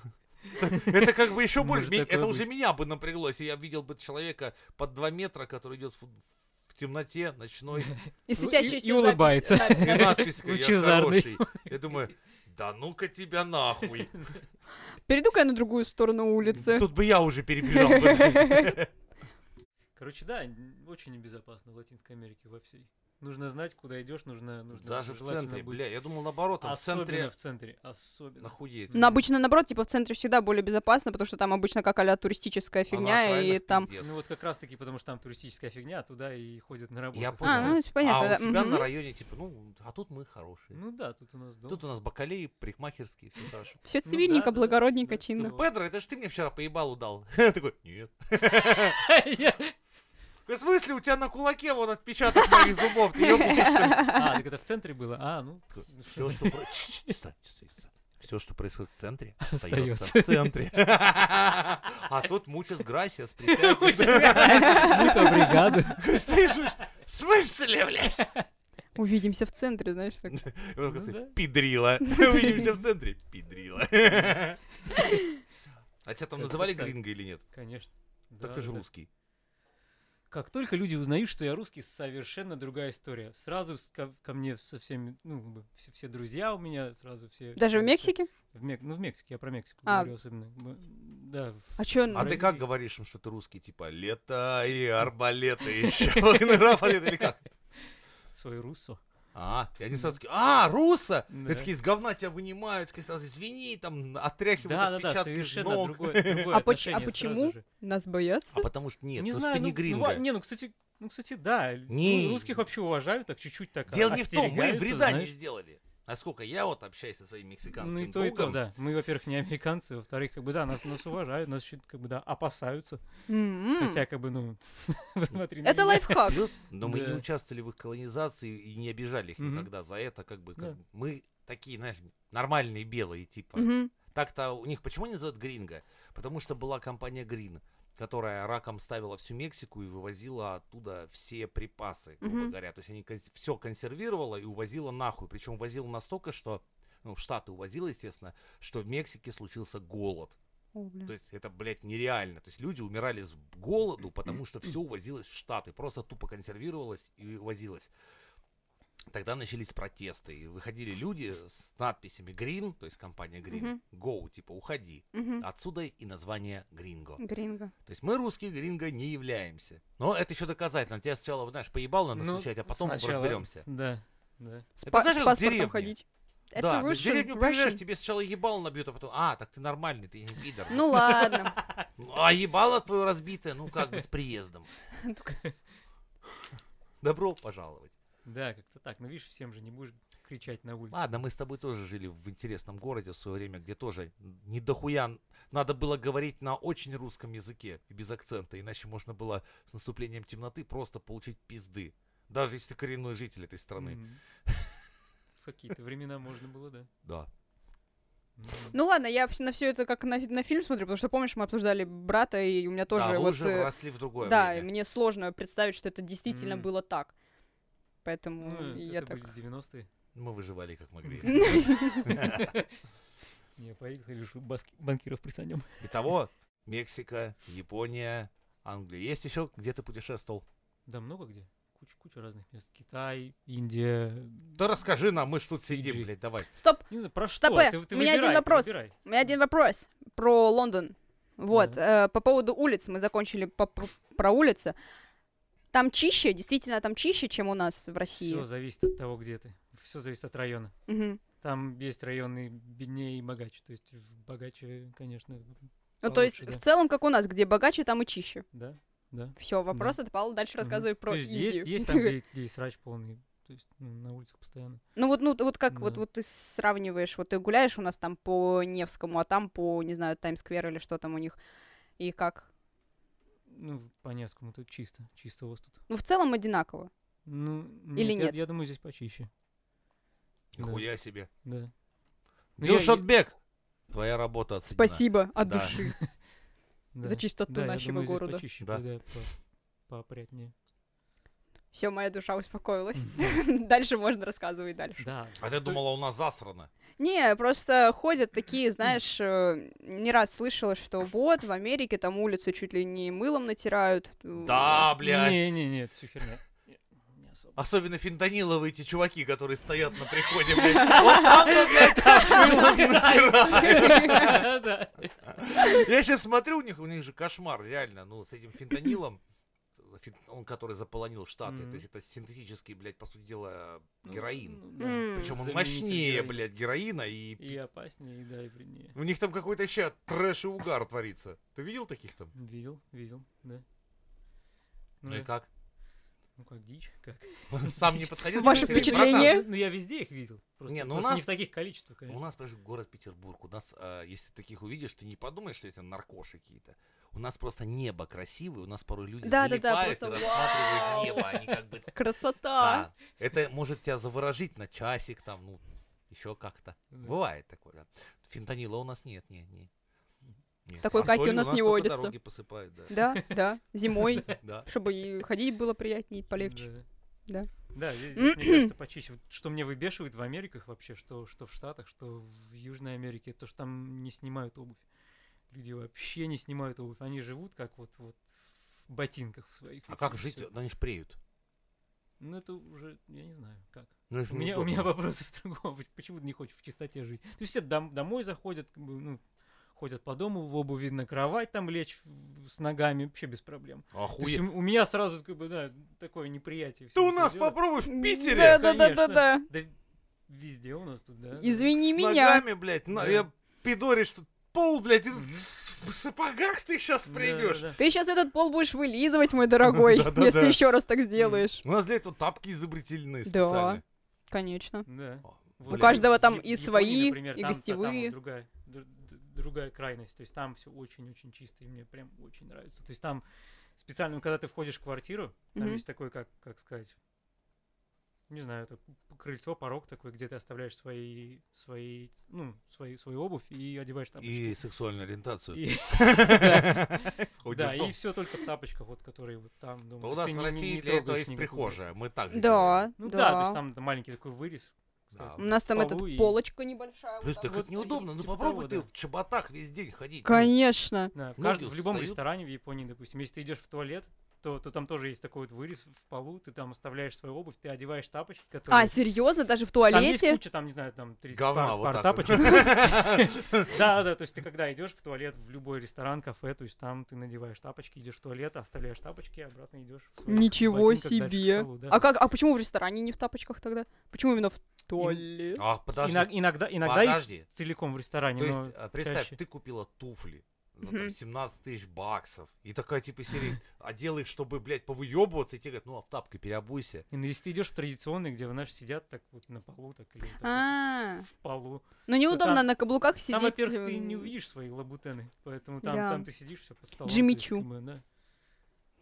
Speaker 2: [laughs]
Speaker 1: Это как бы еще больше.
Speaker 2: Может
Speaker 1: меня-
Speaker 2: такое
Speaker 1: Это уже
Speaker 2: быть.
Speaker 1: меня бы напрягло, если я видел бы человека под 2 метра, который идет в в темноте
Speaker 2: [laughs]
Speaker 1: ночной.
Speaker 3: И
Speaker 2: Ну, и-
Speaker 3: светящийся
Speaker 2: и улыбается.
Speaker 1: И у [laughs] нас есть такой, я
Speaker 2: Лучезарный.
Speaker 1: хороший. Я думаю, да ну-ка тебя
Speaker 2: [laughs]
Speaker 1: нахуй.
Speaker 3: Перейду-ка я на другую сторону улицы.
Speaker 1: Тут бы я уже перебежал.
Speaker 2: [laughs]
Speaker 1: бы.
Speaker 2: Короче, да, н- очень небезопасно в Латинской Америке во всей. Нужно знать, куда идешь, нужно, нужно
Speaker 1: Даже в
Speaker 2: желательно
Speaker 1: центре,
Speaker 2: быть-
Speaker 1: бля, я думал наоборот, а в
Speaker 2: Особенно
Speaker 1: центре
Speaker 2: в центре, особенно.
Speaker 1: нахуеть.
Speaker 3: [laughs] Но обычно, наоборот, типа в центре всегда более безопасно, потому что там обычно как а туристическая
Speaker 1: Она
Speaker 3: фигня,
Speaker 1: реально
Speaker 3: и там...
Speaker 1: пиздец.
Speaker 2: Ну вот как раз таки, потому что там туристическая фигня, а туда и ходят на работу.
Speaker 1: Я понял.
Speaker 3: А, ну, это
Speaker 1: А
Speaker 3: понятно,
Speaker 1: у
Speaker 3: да.
Speaker 1: себя на
Speaker 3: Мгм.
Speaker 1: районе, типа, ну, а тут мы хорошие.
Speaker 2: Ну да, тут у нас дом. [laughs]
Speaker 1: Тут у нас бакалеи, парикмахерские, все хорошо.
Speaker 3: Все
Speaker 2: да,
Speaker 3: цивильненько,
Speaker 2: да, да,
Speaker 3: благородненько,
Speaker 2: да.
Speaker 3: чинно.
Speaker 2: Ну,
Speaker 1: Педро, это же ты мне вчера поебал [laughs] удал. Такой, нет. В смысле, у тебя на кулаке вон отпечаток моих зубов, ты
Speaker 2: [laughs]
Speaker 1: ебнулся,
Speaker 2: А, так это в центре было?
Speaker 3: [laughs]
Speaker 2: А, ну.
Speaker 1: что ли? Все, что... про- Чш, чш, стой, стой, стой. Всё, что происходит в центре, остается
Speaker 2: Остаётся.
Speaker 1: в центре. [laughs] А тут мучас грасиас.
Speaker 2: Будто [laughs] бригада.
Speaker 1: Стоишь, уж, в смысле, блядь?
Speaker 3: Увидимся в центре, знаешь, так.
Speaker 1: Вот как
Speaker 2: Ну
Speaker 1: сказать,
Speaker 2: да. [laughs]
Speaker 1: Пидрила. Увидимся в центре. Пидрила. А тебя там
Speaker 2: Как-то
Speaker 1: называли
Speaker 2: так.
Speaker 1: гринго или нет?
Speaker 2: Конечно.
Speaker 1: Так
Speaker 2: Да,
Speaker 1: ты же
Speaker 2: да.
Speaker 1: русский.
Speaker 2: Как только люди узнают, что я русский, совершенно другая история. Сразу с- ко, ко мне со всеми, ну, как бы все, все друзья у меня, сразу все.
Speaker 3: Даже в
Speaker 2: все-
Speaker 3: Мексике?
Speaker 2: В Мек- ну, в Мексике, я про Мексику
Speaker 3: А.
Speaker 2: говорю особенно. Б- Да, в-
Speaker 3: А чё,
Speaker 1: А ты
Speaker 2: Бразилии.
Speaker 1: как говоришь им, что ты русский? Типа, лето и арбалеты [laughs] еще. Или как?
Speaker 2: свой руссо.
Speaker 1: А, и они сразу такие, а, руса!
Speaker 2: Да.
Speaker 1: И такие из говна тебя вынимают, такие сразу извини, там, отряхивают
Speaker 2: Да, да, да,
Speaker 1: отпечатки с
Speaker 2: совершенно
Speaker 1: ног.
Speaker 2: другое, другое
Speaker 3: А поч- а
Speaker 2: отношение сразу
Speaker 3: почему?
Speaker 2: же.
Speaker 3: Нас боятся?
Speaker 1: А потому что нет,
Speaker 2: не
Speaker 1: потому
Speaker 2: знаю,
Speaker 1: что ты
Speaker 2: ну,
Speaker 1: не
Speaker 2: ну,
Speaker 1: гринго.
Speaker 2: ва- не, ну, кстати, ну, кстати, да.
Speaker 1: Не.
Speaker 2: Ну, русских вообще уважают, так чуть-чуть так
Speaker 1: Дело не в том, мы им
Speaker 2: остерегаются,
Speaker 1: вреда
Speaker 2: знаешь.
Speaker 1: не сделали. Насколько я вот общаюсь со своим мексиканским
Speaker 2: ну и то,
Speaker 1: другом,
Speaker 2: и то, да. Мы, во-первых, не американцы, во-вторых, как бы, да, нас, нас уважают, нас чуть, как бы, да, опасаются.
Speaker 1: Хм.
Speaker 3: М-м.
Speaker 2: Хотя, как бы, ну, [laughs] посмотри на
Speaker 3: Это
Speaker 2: меня.
Speaker 1: [laughs]
Speaker 3: лайфхак.
Speaker 1: плюс, но мы не
Speaker 2: Да.
Speaker 1: участвовали в их колонизации и не обижали их
Speaker 2: Мгм.
Speaker 1: никогда за это, как бы, как-
Speaker 2: Да.
Speaker 1: мы такие, знаешь, нормальные белые, типа,
Speaker 3: Мгм.
Speaker 1: Так-то у них почему они называют гринго? Потому что была компания Грин, которая раком ставила всю Мексику и вывозила оттуда все припасы, грубо
Speaker 3: Мгм.
Speaker 1: говоря. То есть они все консервировала и увозила нахуй. Причем увозила настолько, что ну, в Штаты увозила, естественно, что в Мексике случился голод.
Speaker 3: О, блин.
Speaker 1: То есть это, блядь, нереально. То есть люди умирали с голоду, потому что все увозилось в Штаты. Просто тупо консервировалось и увозилось. Тогда начались протесты. И выходили люди с надписями Green, то есть компания Green, Go, типа уходи.
Speaker 3: Мгм.
Speaker 1: Отсюда и название Гринго.
Speaker 3: Гринго.
Speaker 1: То есть мы русские Гринго не являемся. Но это еще доказательно. Тебя сначала, знаешь, поебал надо
Speaker 2: Ну,
Speaker 1: встречать, а потом
Speaker 2: сначала-
Speaker 1: разберемся.
Speaker 2: Да, да.
Speaker 3: С,
Speaker 1: Это
Speaker 3: па-
Speaker 1: знаешь,
Speaker 3: с
Speaker 1: как в
Speaker 3: паспортом
Speaker 1: деревне.
Speaker 3: ходить. Это
Speaker 1: да, ты в
Speaker 3: Russian-
Speaker 1: деревню приезжаешь, типа.
Speaker 3: Russian.
Speaker 1: тебе сначала ебало набьют, а потом, а, так ты нормальный, ты не пидор. [laughs]
Speaker 3: Ну ладно.
Speaker 1: Ну, А ебало твое разбитое, ну как бы с
Speaker 3: [laughs]
Speaker 1: приездом. Добро пожаловать.
Speaker 2: Да, как-то так. Ну, видишь, всем же не будешь кричать на улице.
Speaker 1: Ладно, мы с тобой тоже жили в интересном городе в свое время, где тоже не дохуя надо было говорить на очень русском языке и без акцента, иначе можно было с наступлением темноты просто получить пизды. Даже если ты коренной житель этой страны.
Speaker 2: Мгм. В какие-то времена можно было, да.
Speaker 1: Да.
Speaker 2: Мгм.
Speaker 3: Ну ладно, я в- на все это как на, на фильм смотрю, потому что помнишь, мы обсуждали брата, и у меня тоже
Speaker 1: да, вы
Speaker 3: вот.
Speaker 1: уже
Speaker 3: э,
Speaker 1: росли в другое
Speaker 3: да, и
Speaker 1: время.
Speaker 3: мне сложно представить, что это действительно
Speaker 2: Мгм.
Speaker 3: было так. Поэтому
Speaker 2: Ну,
Speaker 3: я
Speaker 2: это
Speaker 3: так.
Speaker 2: были
Speaker 1: [laughs]
Speaker 2: 90-е.
Speaker 1: Мы выживали как могли.
Speaker 3: [laughs]
Speaker 2: Не, поехали, ж баски- банкиров присадим.
Speaker 1: Итого, Мексика, Япония, Англия. Есть еще где ты путешествовал?
Speaker 2: Да много где. Куча, куча разных мест. Китай, Индия.
Speaker 1: Да расскажи нам, мы ж тут сидим,
Speaker 2: Фиджи.
Speaker 1: блядь, давай.
Speaker 3: Стоп!
Speaker 2: Не знаю, про что?
Speaker 3: Стопэ,
Speaker 2: Ты- ты
Speaker 3: у меня один
Speaker 2: выбирай, ты
Speaker 3: вопрос.
Speaker 2: выбирай.
Speaker 3: У меня один вопрос про Лондон. Вот, э, по поводу улиц, мы закончили по- про- про улицы. Там чище, действительно там чище, чем у нас в России.
Speaker 2: Все зависит от того, где ты. Все зависит от района.
Speaker 3: Мгм.
Speaker 2: Там есть районы беднее и богаче. То есть в- богаче, конечно,
Speaker 3: Ну, то есть,
Speaker 2: Получше, да.
Speaker 3: в целом, как у нас, где богаче, там и чище.
Speaker 2: да, да.
Speaker 3: Все, вопрос от Павла, дальше рассказывай про
Speaker 2: То есть
Speaker 3: Индию.
Speaker 2: есть,
Speaker 3: [laughs]
Speaker 2: есть там, где, где и срач полный. То есть ну, на улицах постоянно.
Speaker 3: Ну вот, ну вот как вот,
Speaker 2: Да.
Speaker 3: вот ты сравниваешь, вот ты гуляешь у нас там по Невскому, а там по, не знаю, Таймс-сквер или что там у них, и как?
Speaker 2: Ну, по Невскому тут чисто, чисто у вас тут.
Speaker 3: Ну в целом одинаково.
Speaker 2: Ну,
Speaker 3: Или
Speaker 2: я-
Speaker 3: нет?
Speaker 2: Я, думаю, здесь почище. Да.
Speaker 1: Нихуя себе.
Speaker 2: Да. Ну, я-
Speaker 1: Дилшотбек, твоя работа оценена.
Speaker 3: Спасибо от
Speaker 1: Да.
Speaker 3: души
Speaker 2: [laughs] да.
Speaker 3: за чистоту
Speaker 2: Да, я
Speaker 3: нашего
Speaker 2: думаю, здесь
Speaker 3: города.
Speaker 2: почище,
Speaker 1: Да.
Speaker 2: да, по- поопрятнее.
Speaker 3: Все, моя душа успокоилась. [laughs] Дальше можно рассказывать дальше.
Speaker 2: Да.
Speaker 1: А ты думала, у нас засрано?
Speaker 3: Не, просто ходят такие, знаешь, э, не раз слышала, что вот в Америке там улицы чуть ли не мылом натирают. [laughs]
Speaker 1: Да, блядь.
Speaker 2: Не-не-не, все херня. Не- не особо.
Speaker 1: Особенно фентаниловые эти чуваки, которые стоят на приходе, блядь. Вот там-то, блядь, там мыло натирают.
Speaker 2: Да.
Speaker 1: Я сейчас смотрю, у них, у них же кошмар, реально, ну, с этим фентанилом, фен- он, который заполонил Штаты,
Speaker 2: Мгм.
Speaker 1: то есть это синтетический, блядь, по сути дела,
Speaker 2: Ну,
Speaker 1: героин.
Speaker 2: ну да.
Speaker 3: М.
Speaker 1: Причем он
Speaker 2: Заменитель
Speaker 1: мощнее,
Speaker 2: героина.
Speaker 1: блядь, героина, и
Speaker 2: И опаснее, и да, и вреднее.
Speaker 1: у них там какой-то еще трэш и угар творится. Ты видел таких там?
Speaker 2: Видел, видел, да.
Speaker 1: Ну и
Speaker 2: да.
Speaker 1: как?
Speaker 2: Ну как дичь, как.
Speaker 1: Сам не подходил?
Speaker 3: Ваши
Speaker 1: тебе, говорит,
Speaker 3: впечатления?
Speaker 1: «Братан,
Speaker 3: Э?
Speaker 2: Ну я везде их видел. Просто,
Speaker 1: Не, ну у
Speaker 2: просто
Speaker 1: нас-
Speaker 2: не в таких количествах,
Speaker 1: У
Speaker 2: конечно.
Speaker 1: нас, понимаешь, город Петербург. У нас, а, если таких увидишь, ты не подумаешь, что это наркоши какие-то. У нас просто небо красивое, у нас порой люди
Speaker 3: Да-да-да,
Speaker 1: залипают
Speaker 3: просто
Speaker 1: и рассматривают
Speaker 3: вау. А.
Speaker 1: небо, они как
Speaker 3: [laughs]
Speaker 1: бы...
Speaker 3: Красота!
Speaker 1: Да. Это может тебя заворожить на часик там, ну, еще как-то.
Speaker 2: Да.
Speaker 1: Бывает такое, да. Фентанила у нас нет, нет, нет. Нет.
Speaker 3: Такой
Speaker 1: А
Speaker 3: каки у
Speaker 1: солью
Speaker 3: нас не
Speaker 1: только
Speaker 3: водится.
Speaker 1: дороги посыпают, да.
Speaker 3: Да, да, зимой,
Speaker 1: Да.
Speaker 3: чтобы и ходить было приятнее, полегче. Да.
Speaker 2: Да. Да, здесь, здесь, мне кажется, почище. Вот Что мне выбешивает в Америках вообще, что, что в Штатах, что в Южной Америке, то, что там не снимают обувь. Люди вообще не снимают обувь. Они живут как вот, вот в ботинках в своих.
Speaker 1: А
Speaker 2: и
Speaker 1: как
Speaker 2: всё.
Speaker 1: жить? Ну, Они ж преют.
Speaker 2: Ну, это уже, я не знаю, как.
Speaker 1: Ну, это
Speaker 2: У меня, у
Speaker 1: неудобно.
Speaker 2: меня вопросы [laughs] в другом. Поч- Почему ты не хочешь в чистоте жить? То есть все дом- домой заходят, как бы, ну, ходят по дому, в обуви на кровать там лечь в- с ногами, вообще без проблем. То есть
Speaker 1: Охуе.
Speaker 2: у, у меня сразу, как бы, да, такое
Speaker 1: Ты
Speaker 2: неприятие. всего
Speaker 1: у
Speaker 2: этого
Speaker 1: нас
Speaker 2: дела.
Speaker 1: попробуй в
Speaker 3: Да,
Speaker 1: Питере
Speaker 3: да, да, да,
Speaker 2: конечно.
Speaker 3: да.
Speaker 2: Да везде у нас тут, да.
Speaker 3: Извини
Speaker 1: с
Speaker 3: меня.
Speaker 1: ногами, блядь. на-
Speaker 2: Да.
Speaker 1: Я пидоришь тут пол, блядь, и тут
Speaker 2: Мгм.
Speaker 1: в сапогах ты сейчас придешь.
Speaker 2: Да-да-да.
Speaker 3: Ты сейчас этот пол будешь вылизывать, мой дорогой,
Speaker 1: Да-да-да.
Speaker 3: если еще раз так сделаешь.
Speaker 1: У нас для этого тапки изобретены
Speaker 3: Да.
Speaker 1: специально.
Speaker 3: Конечно.
Speaker 2: Да.
Speaker 1: О,
Speaker 2: Вот.
Speaker 1: У
Speaker 3: каждого
Speaker 2: В
Speaker 3: там
Speaker 2: Яп-
Speaker 3: и
Speaker 2: Японии,
Speaker 3: свои,
Speaker 2: например,
Speaker 3: и
Speaker 2: там- та- там вот
Speaker 3: гостевые.
Speaker 2: другая, д- д- другая крайность. То есть там все очень-очень чисто, и мне прям очень нравится. То есть там специально, ну, когда ты входишь в квартиру, там
Speaker 3: Мгм.
Speaker 2: есть такой, как, как сказать, не знаю, это п- крыльцо, порог такой, где ты оставляешь свои, свои, ну, свои, свою обувь и одеваешь там.
Speaker 1: И сексуальную ориентацию. [laughs]
Speaker 2: И-
Speaker 1: Входишь
Speaker 2: [laughs] Да,
Speaker 1: в
Speaker 2: и
Speaker 1: дом.
Speaker 2: все только в тапочках, вот которые вот там дома.
Speaker 1: Но у нас
Speaker 2: То есть
Speaker 1: в
Speaker 2: ты не- не- не
Speaker 1: России для этого
Speaker 2: трогаешь
Speaker 1: есть
Speaker 2: никакую вещь.
Speaker 1: прихожая. Мы так же
Speaker 3: Да,
Speaker 2: Ну да.
Speaker 3: да,
Speaker 2: то есть там маленький такой вырез. а,
Speaker 1: делаем. Да.
Speaker 3: У нас там
Speaker 2: в
Speaker 3: этот
Speaker 2: полу и-
Speaker 3: полочка небольшая.
Speaker 1: Плюс
Speaker 3: вот
Speaker 1: так
Speaker 3: так
Speaker 1: это
Speaker 3: вот.
Speaker 1: неудобно. Ну
Speaker 2: типа
Speaker 1: попробуй ты
Speaker 2: того, да.
Speaker 1: в чоботах весь день ходить. Ну,
Speaker 3: Конечно.
Speaker 2: Да, в,
Speaker 1: Ноги
Speaker 2: каждом- в любом
Speaker 1: устают.
Speaker 2: ресторане в Японии, допустим, если ты идешь в туалет, то, то там тоже есть такой вот вырез в полу, ты там оставляешь свою обувь, ты одеваешь тапочки, которые...
Speaker 3: А, серьезно, даже в
Speaker 2: там есть
Speaker 3: туалете?
Speaker 2: куча, там, не знаю, там 30
Speaker 1: Говна
Speaker 2: пар,
Speaker 1: вот
Speaker 2: пар
Speaker 1: так вот. [laughs]
Speaker 2: тапочек. [laughs] Да, да, то есть ты когда идешь в туалет, в любой ресторан, кафе, то есть там ты надеваешь тапочки, идешь в туалет, а оставляешь тапочки, и обратно идешь в своих
Speaker 3: Ничего
Speaker 2: ботинках дальше к
Speaker 3: себе.
Speaker 2: столу, да.
Speaker 3: А как? А почему в ресторане не в тапочках тогда? Почему именно в туалет?
Speaker 1: А, подожди.
Speaker 2: Иног- Иногда, иногда и
Speaker 1: Подожди.
Speaker 2: целиком в ресторане,
Speaker 1: То
Speaker 2: но
Speaker 1: есть, а, представь,
Speaker 2: ну, чаще.
Speaker 1: ты купила туфли за там
Speaker 3: Мгм.
Speaker 1: 17 тысяч баксов. И такая типа серия, а делаешь, чтобы, блядь, повыебываться, и тебе говорят, ну а в тапке переобуйся.
Speaker 2: И, ну, если ты идешь в традиционный, где, знаешь, сидят так вот на полу, так или вот так вот
Speaker 3: А,
Speaker 2: в полу.
Speaker 3: ну неудобно
Speaker 2: там-
Speaker 3: на каблуках сидеть.
Speaker 2: Там, во-первых, ты
Speaker 3: м,
Speaker 2: не увидишь свои лабутены, поэтому там,
Speaker 3: Да.
Speaker 2: там ты сидишь все под столом.
Speaker 3: Джимми
Speaker 2: то есть,
Speaker 3: Чу.
Speaker 2: как бы, да.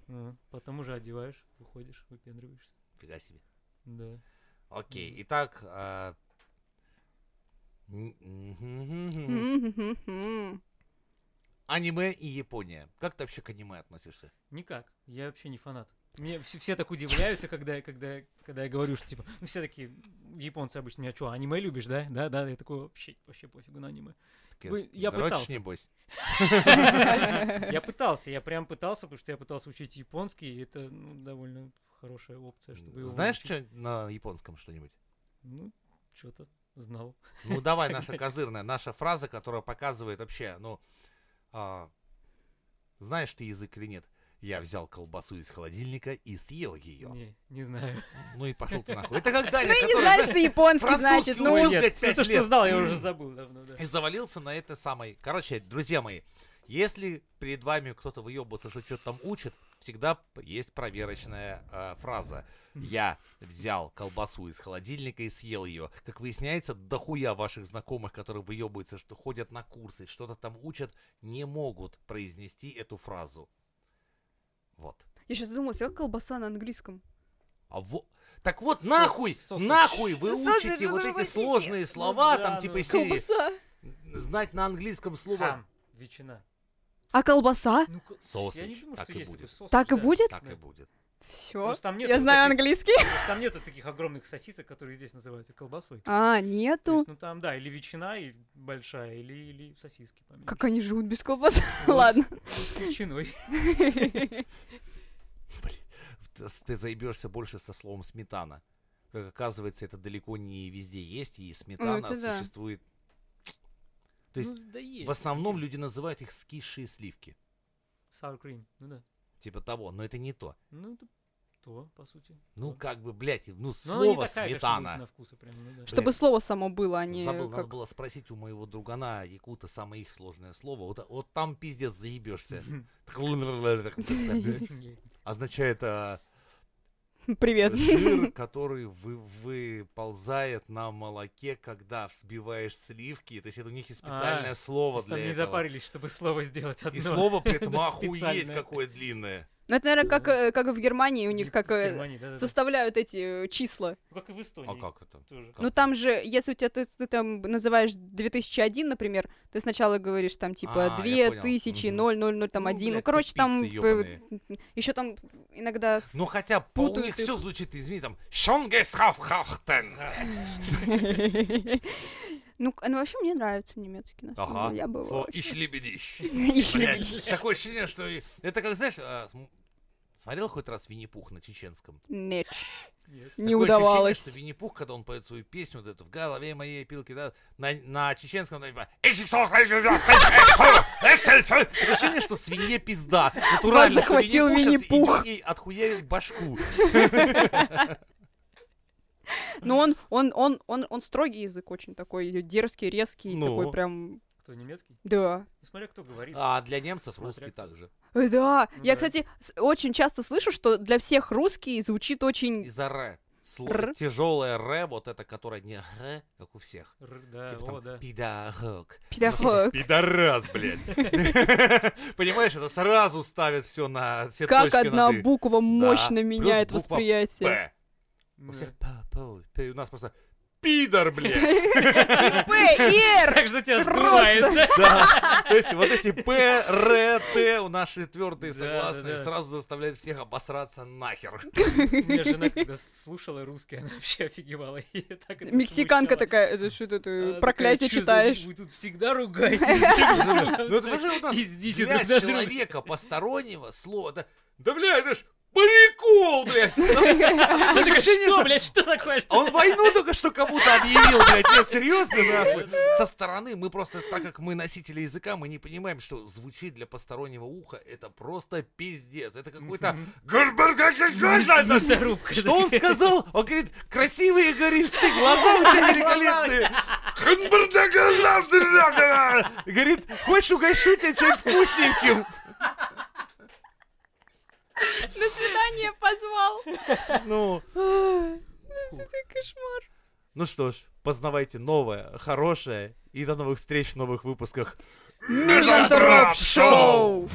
Speaker 2: Ну, потом уже одеваешь, выходишь, выпендриваешься.
Speaker 1: Фига себе.
Speaker 2: Да.
Speaker 1: Окей,
Speaker 2: Мгм.
Speaker 1: итак... а, м, мгм.
Speaker 3: м-м-м-м.
Speaker 1: Аниме и Япония. Как ты вообще к аниме относишься?
Speaker 2: Никак. Я вообще не фанат. Мне все, все так удивляются, когда, я- когда, я- когда я говорю, что типа, ну все такие, японцы обычно меня, что, аниме любишь, да? Да, да, я такой, вообще, вообще пофигу на аниме.
Speaker 1: Такая,
Speaker 2: Вы- я
Speaker 1: «Дрочишь,
Speaker 2: пытался.
Speaker 1: небось?»
Speaker 2: Я пытался, я прям пытался, потому что я пытался учить японский, и это ну, довольно хорошая опция, чтобы его
Speaker 1: Знаешь,
Speaker 2: выучить.
Speaker 1: что на японском что-нибудь?
Speaker 2: Ну, что-то знал.
Speaker 1: Ну давай, наша козырная, наша фраза, которая показывает вообще, ну, а, знаешь ты язык или нет? Я взял колбасу из холодильника и съел ее.
Speaker 2: Не, не знаю.
Speaker 1: Ну и пошел ты нахуй. Это как Даня,
Speaker 3: Ну и не
Speaker 1: который,
Speaker 3: знаешь ты японский,
Speaker 1: французский
Speaker 3: значит, ну...
Speaker 1: учил,
Speaker 2: Ой, я
Speaker 1: блядь,
Speaker 2: всё
Speaker 1: пять
Speaker 2: то, что
Speaker 1: лет.
Speaker 2: знал, я уже забыл давно, да.
Speaker 1: и завалился на этой самой... Короче, друзья мои, если перед вами кто-то выебывается, что что-то там учит, всегда п- есть проверочная э, фраза. Я взял колбасу из холодильника и съел ее. Как выясняется, дохуя ваших знакомых, которые выебываются, что ходят на курсы, что-то там учат, не могут произнести эту фразу. Вот.
Speaker 3: Я сейчас думала, как колбаса на английском?
Speaker 1: А во... Так вот,
Speaker 2: Сос-
Speaker 1: нахуй,
Speaker 2: сосыч.
Speaker 1: нахуй вы
Speaker 3: Сосыч,
Speaker 1: учите
Speaker 3: ну
Speaker 1: вот
Speaker 3: ты
Speaker 1: эти
Speaker 3: сосиски.
Speaker 1: сложные слова,
Speaker 2: да,
Speaker 1: там
Speaker 2: ну.
Speaker 1: типа из серии
Speaker 3: Колбаса.
Speaker 1: знать на английском слово.
Speaker 2: Хам, ветчина.
Speaker 3: А колбаса?
Speaker 2: Ну, к-
Speaker 1: Сосыч,
Speaker 2: я не думаю,
Speaker 1: так
Speaker 2: что
Speaker 1: и
Speaker 2: есть
Speaker 1: будет.
Speaker 2: такой сосыч,
Speaker 3: Так и
Speaker 2: да.
Speaker 3: будет?
Speaker 1: Так и
Speaker 2: Да.
Speaker 1: будет.
Speaker 3: Все.
Speaker 2: Просто там нету
Speaker 3: Я
Speaker 2: вот
Speaker 3: знаю
Speaker 2: таких-
Speaker 3: английский.
Speaker 2: просто Там нету таких огромных сосисок, которые здесь называются колбасой.
Speaker 3: А,
Speaker 2: То
Speaker 3: нету.
Speaker 2: есть, ну там, да, или ветчина и большая, или, или сосиски поменьше.
Speaker 3: Как они живут без колбасы?
Speaker 2: [laughs] Вот
Speaker 3: Ладно.
Speaker 2: с- С ветчиной.
Speaker 1: Т- с- Ты заебешься больше со словом сметана. Как оказывается, это далеко не везде есть, и сметана
Speaker 3: это да.
Speaker 1: существует. То есть,
Speaker 2: Ну, да есть.
Speaker 1: в основном люди называют их скисшие сливки.
Speaker 2: Sour cream, ну да.
Speaker 1: Типа того, но это не то.
Speaker 2: Ну, это то, по сути.
Speaker 1: Ну,
Speaker 2: Да.
Speaker 1: как бы, блядь, ну,
Speaker 2: Но она не
Speaker 1: слово
Speaker 2: такая, конечно, будет
Speaker 1: сметана.
Speaker 2: на вкус, а прям, ну да.
Speaker 3: Чтобы слово само было, а не
Speaker 1: Забыл, надо
Speaker 3: как...
Speaker 1: было спросить у моего другана Якута самое их сложное слово. Вот, вот там пиздец
Speaker 2: [laughs]
Speaker 1: заебешься.
Speaker 2: Не.
Speaker 1: Означает а,
Speaker 3: Привет.
Speaker 1: жир, который вы, выползает на молоке, когда взбиваешь сливки. То есть это у них есть специальное
Speaker 2: А,
Speaker 1: слово
Speaker 2: Просто
Speaker 1: для
Speaker 2: Там не
Speaker 1: этого.
Speaker 2: запарились, чтобы слово сделать одно.
Speaker 1: И слово при
Speaker 2: [laughs]
Speaker 1: этом
Speaker 2: Да,
Speaker 1: охуеть
Speaker 2: специальное.
Speaker 1: какое длинное.
Speaker 3: Ну, это, наверное, как, э, как в Германии у них,
Speaker 2: В
Speaker 3: как э,
Speaker 2: Германии, да-да-да.
Speaker 3: составляют эти э, числа.
Speaker 2: Ну, Как и в Эстонии.
Speaker 1: А как это?
Speaker 2: Тоже.
Speaker 1: Как?
Speaker 3: Ну, там же, если у тебя ты, ты там называешь 2001, например, ты сначала говоришь там типа
Speaker 1: А, я понял.
Speaker 3: 2000,
Speaker 1: Мгм.
Speaker 3: 0, 0, 0, там
Speaker 1: Ну,
Speaker 3: 1. Ну,
Speaker 1: блядь,
Speaker 3: короче, там
Speaker 1: тупицы ёбаные.
Speaker 3: еще там иногда... с-
Speaker 1: [laughs] Ну хотя по у
Speaker 3: путают
Speaker 1: них
Speaker 3: их.
Speaker 1: все звучит, извини, там
Speaker 3: [laughs]
Speaker 1: Шонгесхафхахтен.
Speaker 3: [laughs] Ну, к- ну, вообще мне нравится немецкий. на самом
Speaker 1: Ага.
Speaker 3: деле, Ну, Я бы... его
Speaker 1: Слово [laughs]
Speaker 3: очень- [laughs]
Speaker 1: «ишлебедищ».
Speaker 3: Ещё люблю.
Speaker 1: Блядь, такое ощущение, что... и- Это как, знаешь, а, см- смотрел хоть раз Винни-Пух на чеченском? [laughs]
Speaker 3: Нет,
Speaker 2: Нет.
Speaker 3: не
Speaker 1: Такое ощущение,
Speaker 3: удавалось.
Speaker 1: что Винни-Пух, когда он поет свою песню, вот эту, в голове моей пилки, да, на, на чеченском, он типа... Такое ощущение, что свинье пизда. Натурально, что
Speaker 3: захватил
Speaker 1: Винни-Пух сейчас
Speaker 3: Винни-Пух.
Speaker 1: идет и отхуярил башку.
Speaker 3: Но Ну,
Speaker 1: [laughs]
Speaker 3: он, он, он, он, он строгий язык очень такой, э, дерзкий, резкий,
Speaker 1: Ну.
Speaker 3: такой прям...
Speaker 2: Кто немецкий?
Speaker 3: Да.
Speaker 2: Ну, Смотря кто говорит.
Speaker 1: А для немцев
Speaker 2: Смотря
Speaker 1: русский также.
Speaker 3: Э, Да,
Speaker 2: Ну
Speaker 3: я,
Speaker 2: да.
Speaker 3: кстати, с- очень часто слышу, что для всех русский звучит очень
Speaker 1: Из-за ре. С
Speaker 3: Р.
Speaker 1: тяжелое р, вот это, которое не р, как у всех.
Speaker 2: Р, да,
Speaker 1: Типа
Speaker 2: о,
Speaker 1: там
Speaker 2: да.
Speaker 1: педагог. [laughs]
Speaker 3: Педагог.
Speaker 1: Пидорас,
Speaker 3: [laughs]
Speaker 1: блядь. [laughs] Понимаешь, это сразу ставит все на все
Speaker 3: Как
Speaker 1: точки
Speaker 3: одна
Speaker 1: над «и».
Speaker 3: буква мощно
Speaker 1: плюс
Speaker 3: меняет
Speaker 1: буква
Speaker 3: восприятие.
Speaker 1: П. У
Speaker 2: Да.
Speaker 1: всех П, П, П. У нас просто пидор, блядь.
Speaker 2: [laughs]
Speaker 3: П, и Р.
Speaker 2: Как же тебя
Speaker 3: Просто.
Speaker 1: [laughs]
Speaker 2: сдувает, да?
Speaker 1: Да. То есть вот эти П, Р, Т у нас четвертые
Speaker 2: Да,
Speaker 1: согласные
Speaker 2: да, да.
Speaker 1: сразу заставляют всех обосраться
Speaker 2: [laughs]
Speaker 1: нахер.
Speaker 2: У меня жена, когда с- слушала русский, она вообще офигевала. [laughs] И так это
Speaker 3: Мексиканка
Speaker 2: смущало.
Speaker 3: такая, «Это что это
Speaker 2: Она
Speaker 3: ты
Speaker 2: такая,
Speaker 3: проклятие
Speaker 2: «Чё за дичь?
Speaker 3: читаешь?
Speaker 2: Вы тут всегда
Speaker 1: [laughs]
Speaker 2: ругаетесь.
Speaker 1: Ну это уже у нас
Speaker 2: Пиздите
Speaker 1: для
Speaker 2: друг на друга.
Speaker 1: человека постороннего слова. Да, да бля, это ж прикол, блядь. ну,
Speaker 2: Она такая,
Speaker 1: Ощущение,
Speaker 2: Что,
Speaker 1: что-
Speaker 2: блядь, что такое?
Speaker 1: А
Speaker 2: Что
Speaker 1: он войну только что кому-то объявил, блядь. Нет, серьезно, нахуй. Со стороны мы просто, так как мы носители языка, мы не понимаем, что звучит для постороннего уха. Это просто пиздец. Это какой-то...
Speaker 2: Ну,
Speaker 1: [laughs]
Speaker 2: Мясорубка.
Speaker 1: Что он сказал? Он говорит, красивые, говоришь, ты глаза у тебя великолепные. Говорит, хочешь угощу тебя чем вкусненьким?
Speaker 3: На свидание позвал.
Speaker 1: Ну,
Speaker 3: Ай, Это кошмар.
Speaker 1: ну что ж, познавайте новое, хорошее. И до новых встреч в новых выпусках.
Speaker 3: Мизантроп Шоу!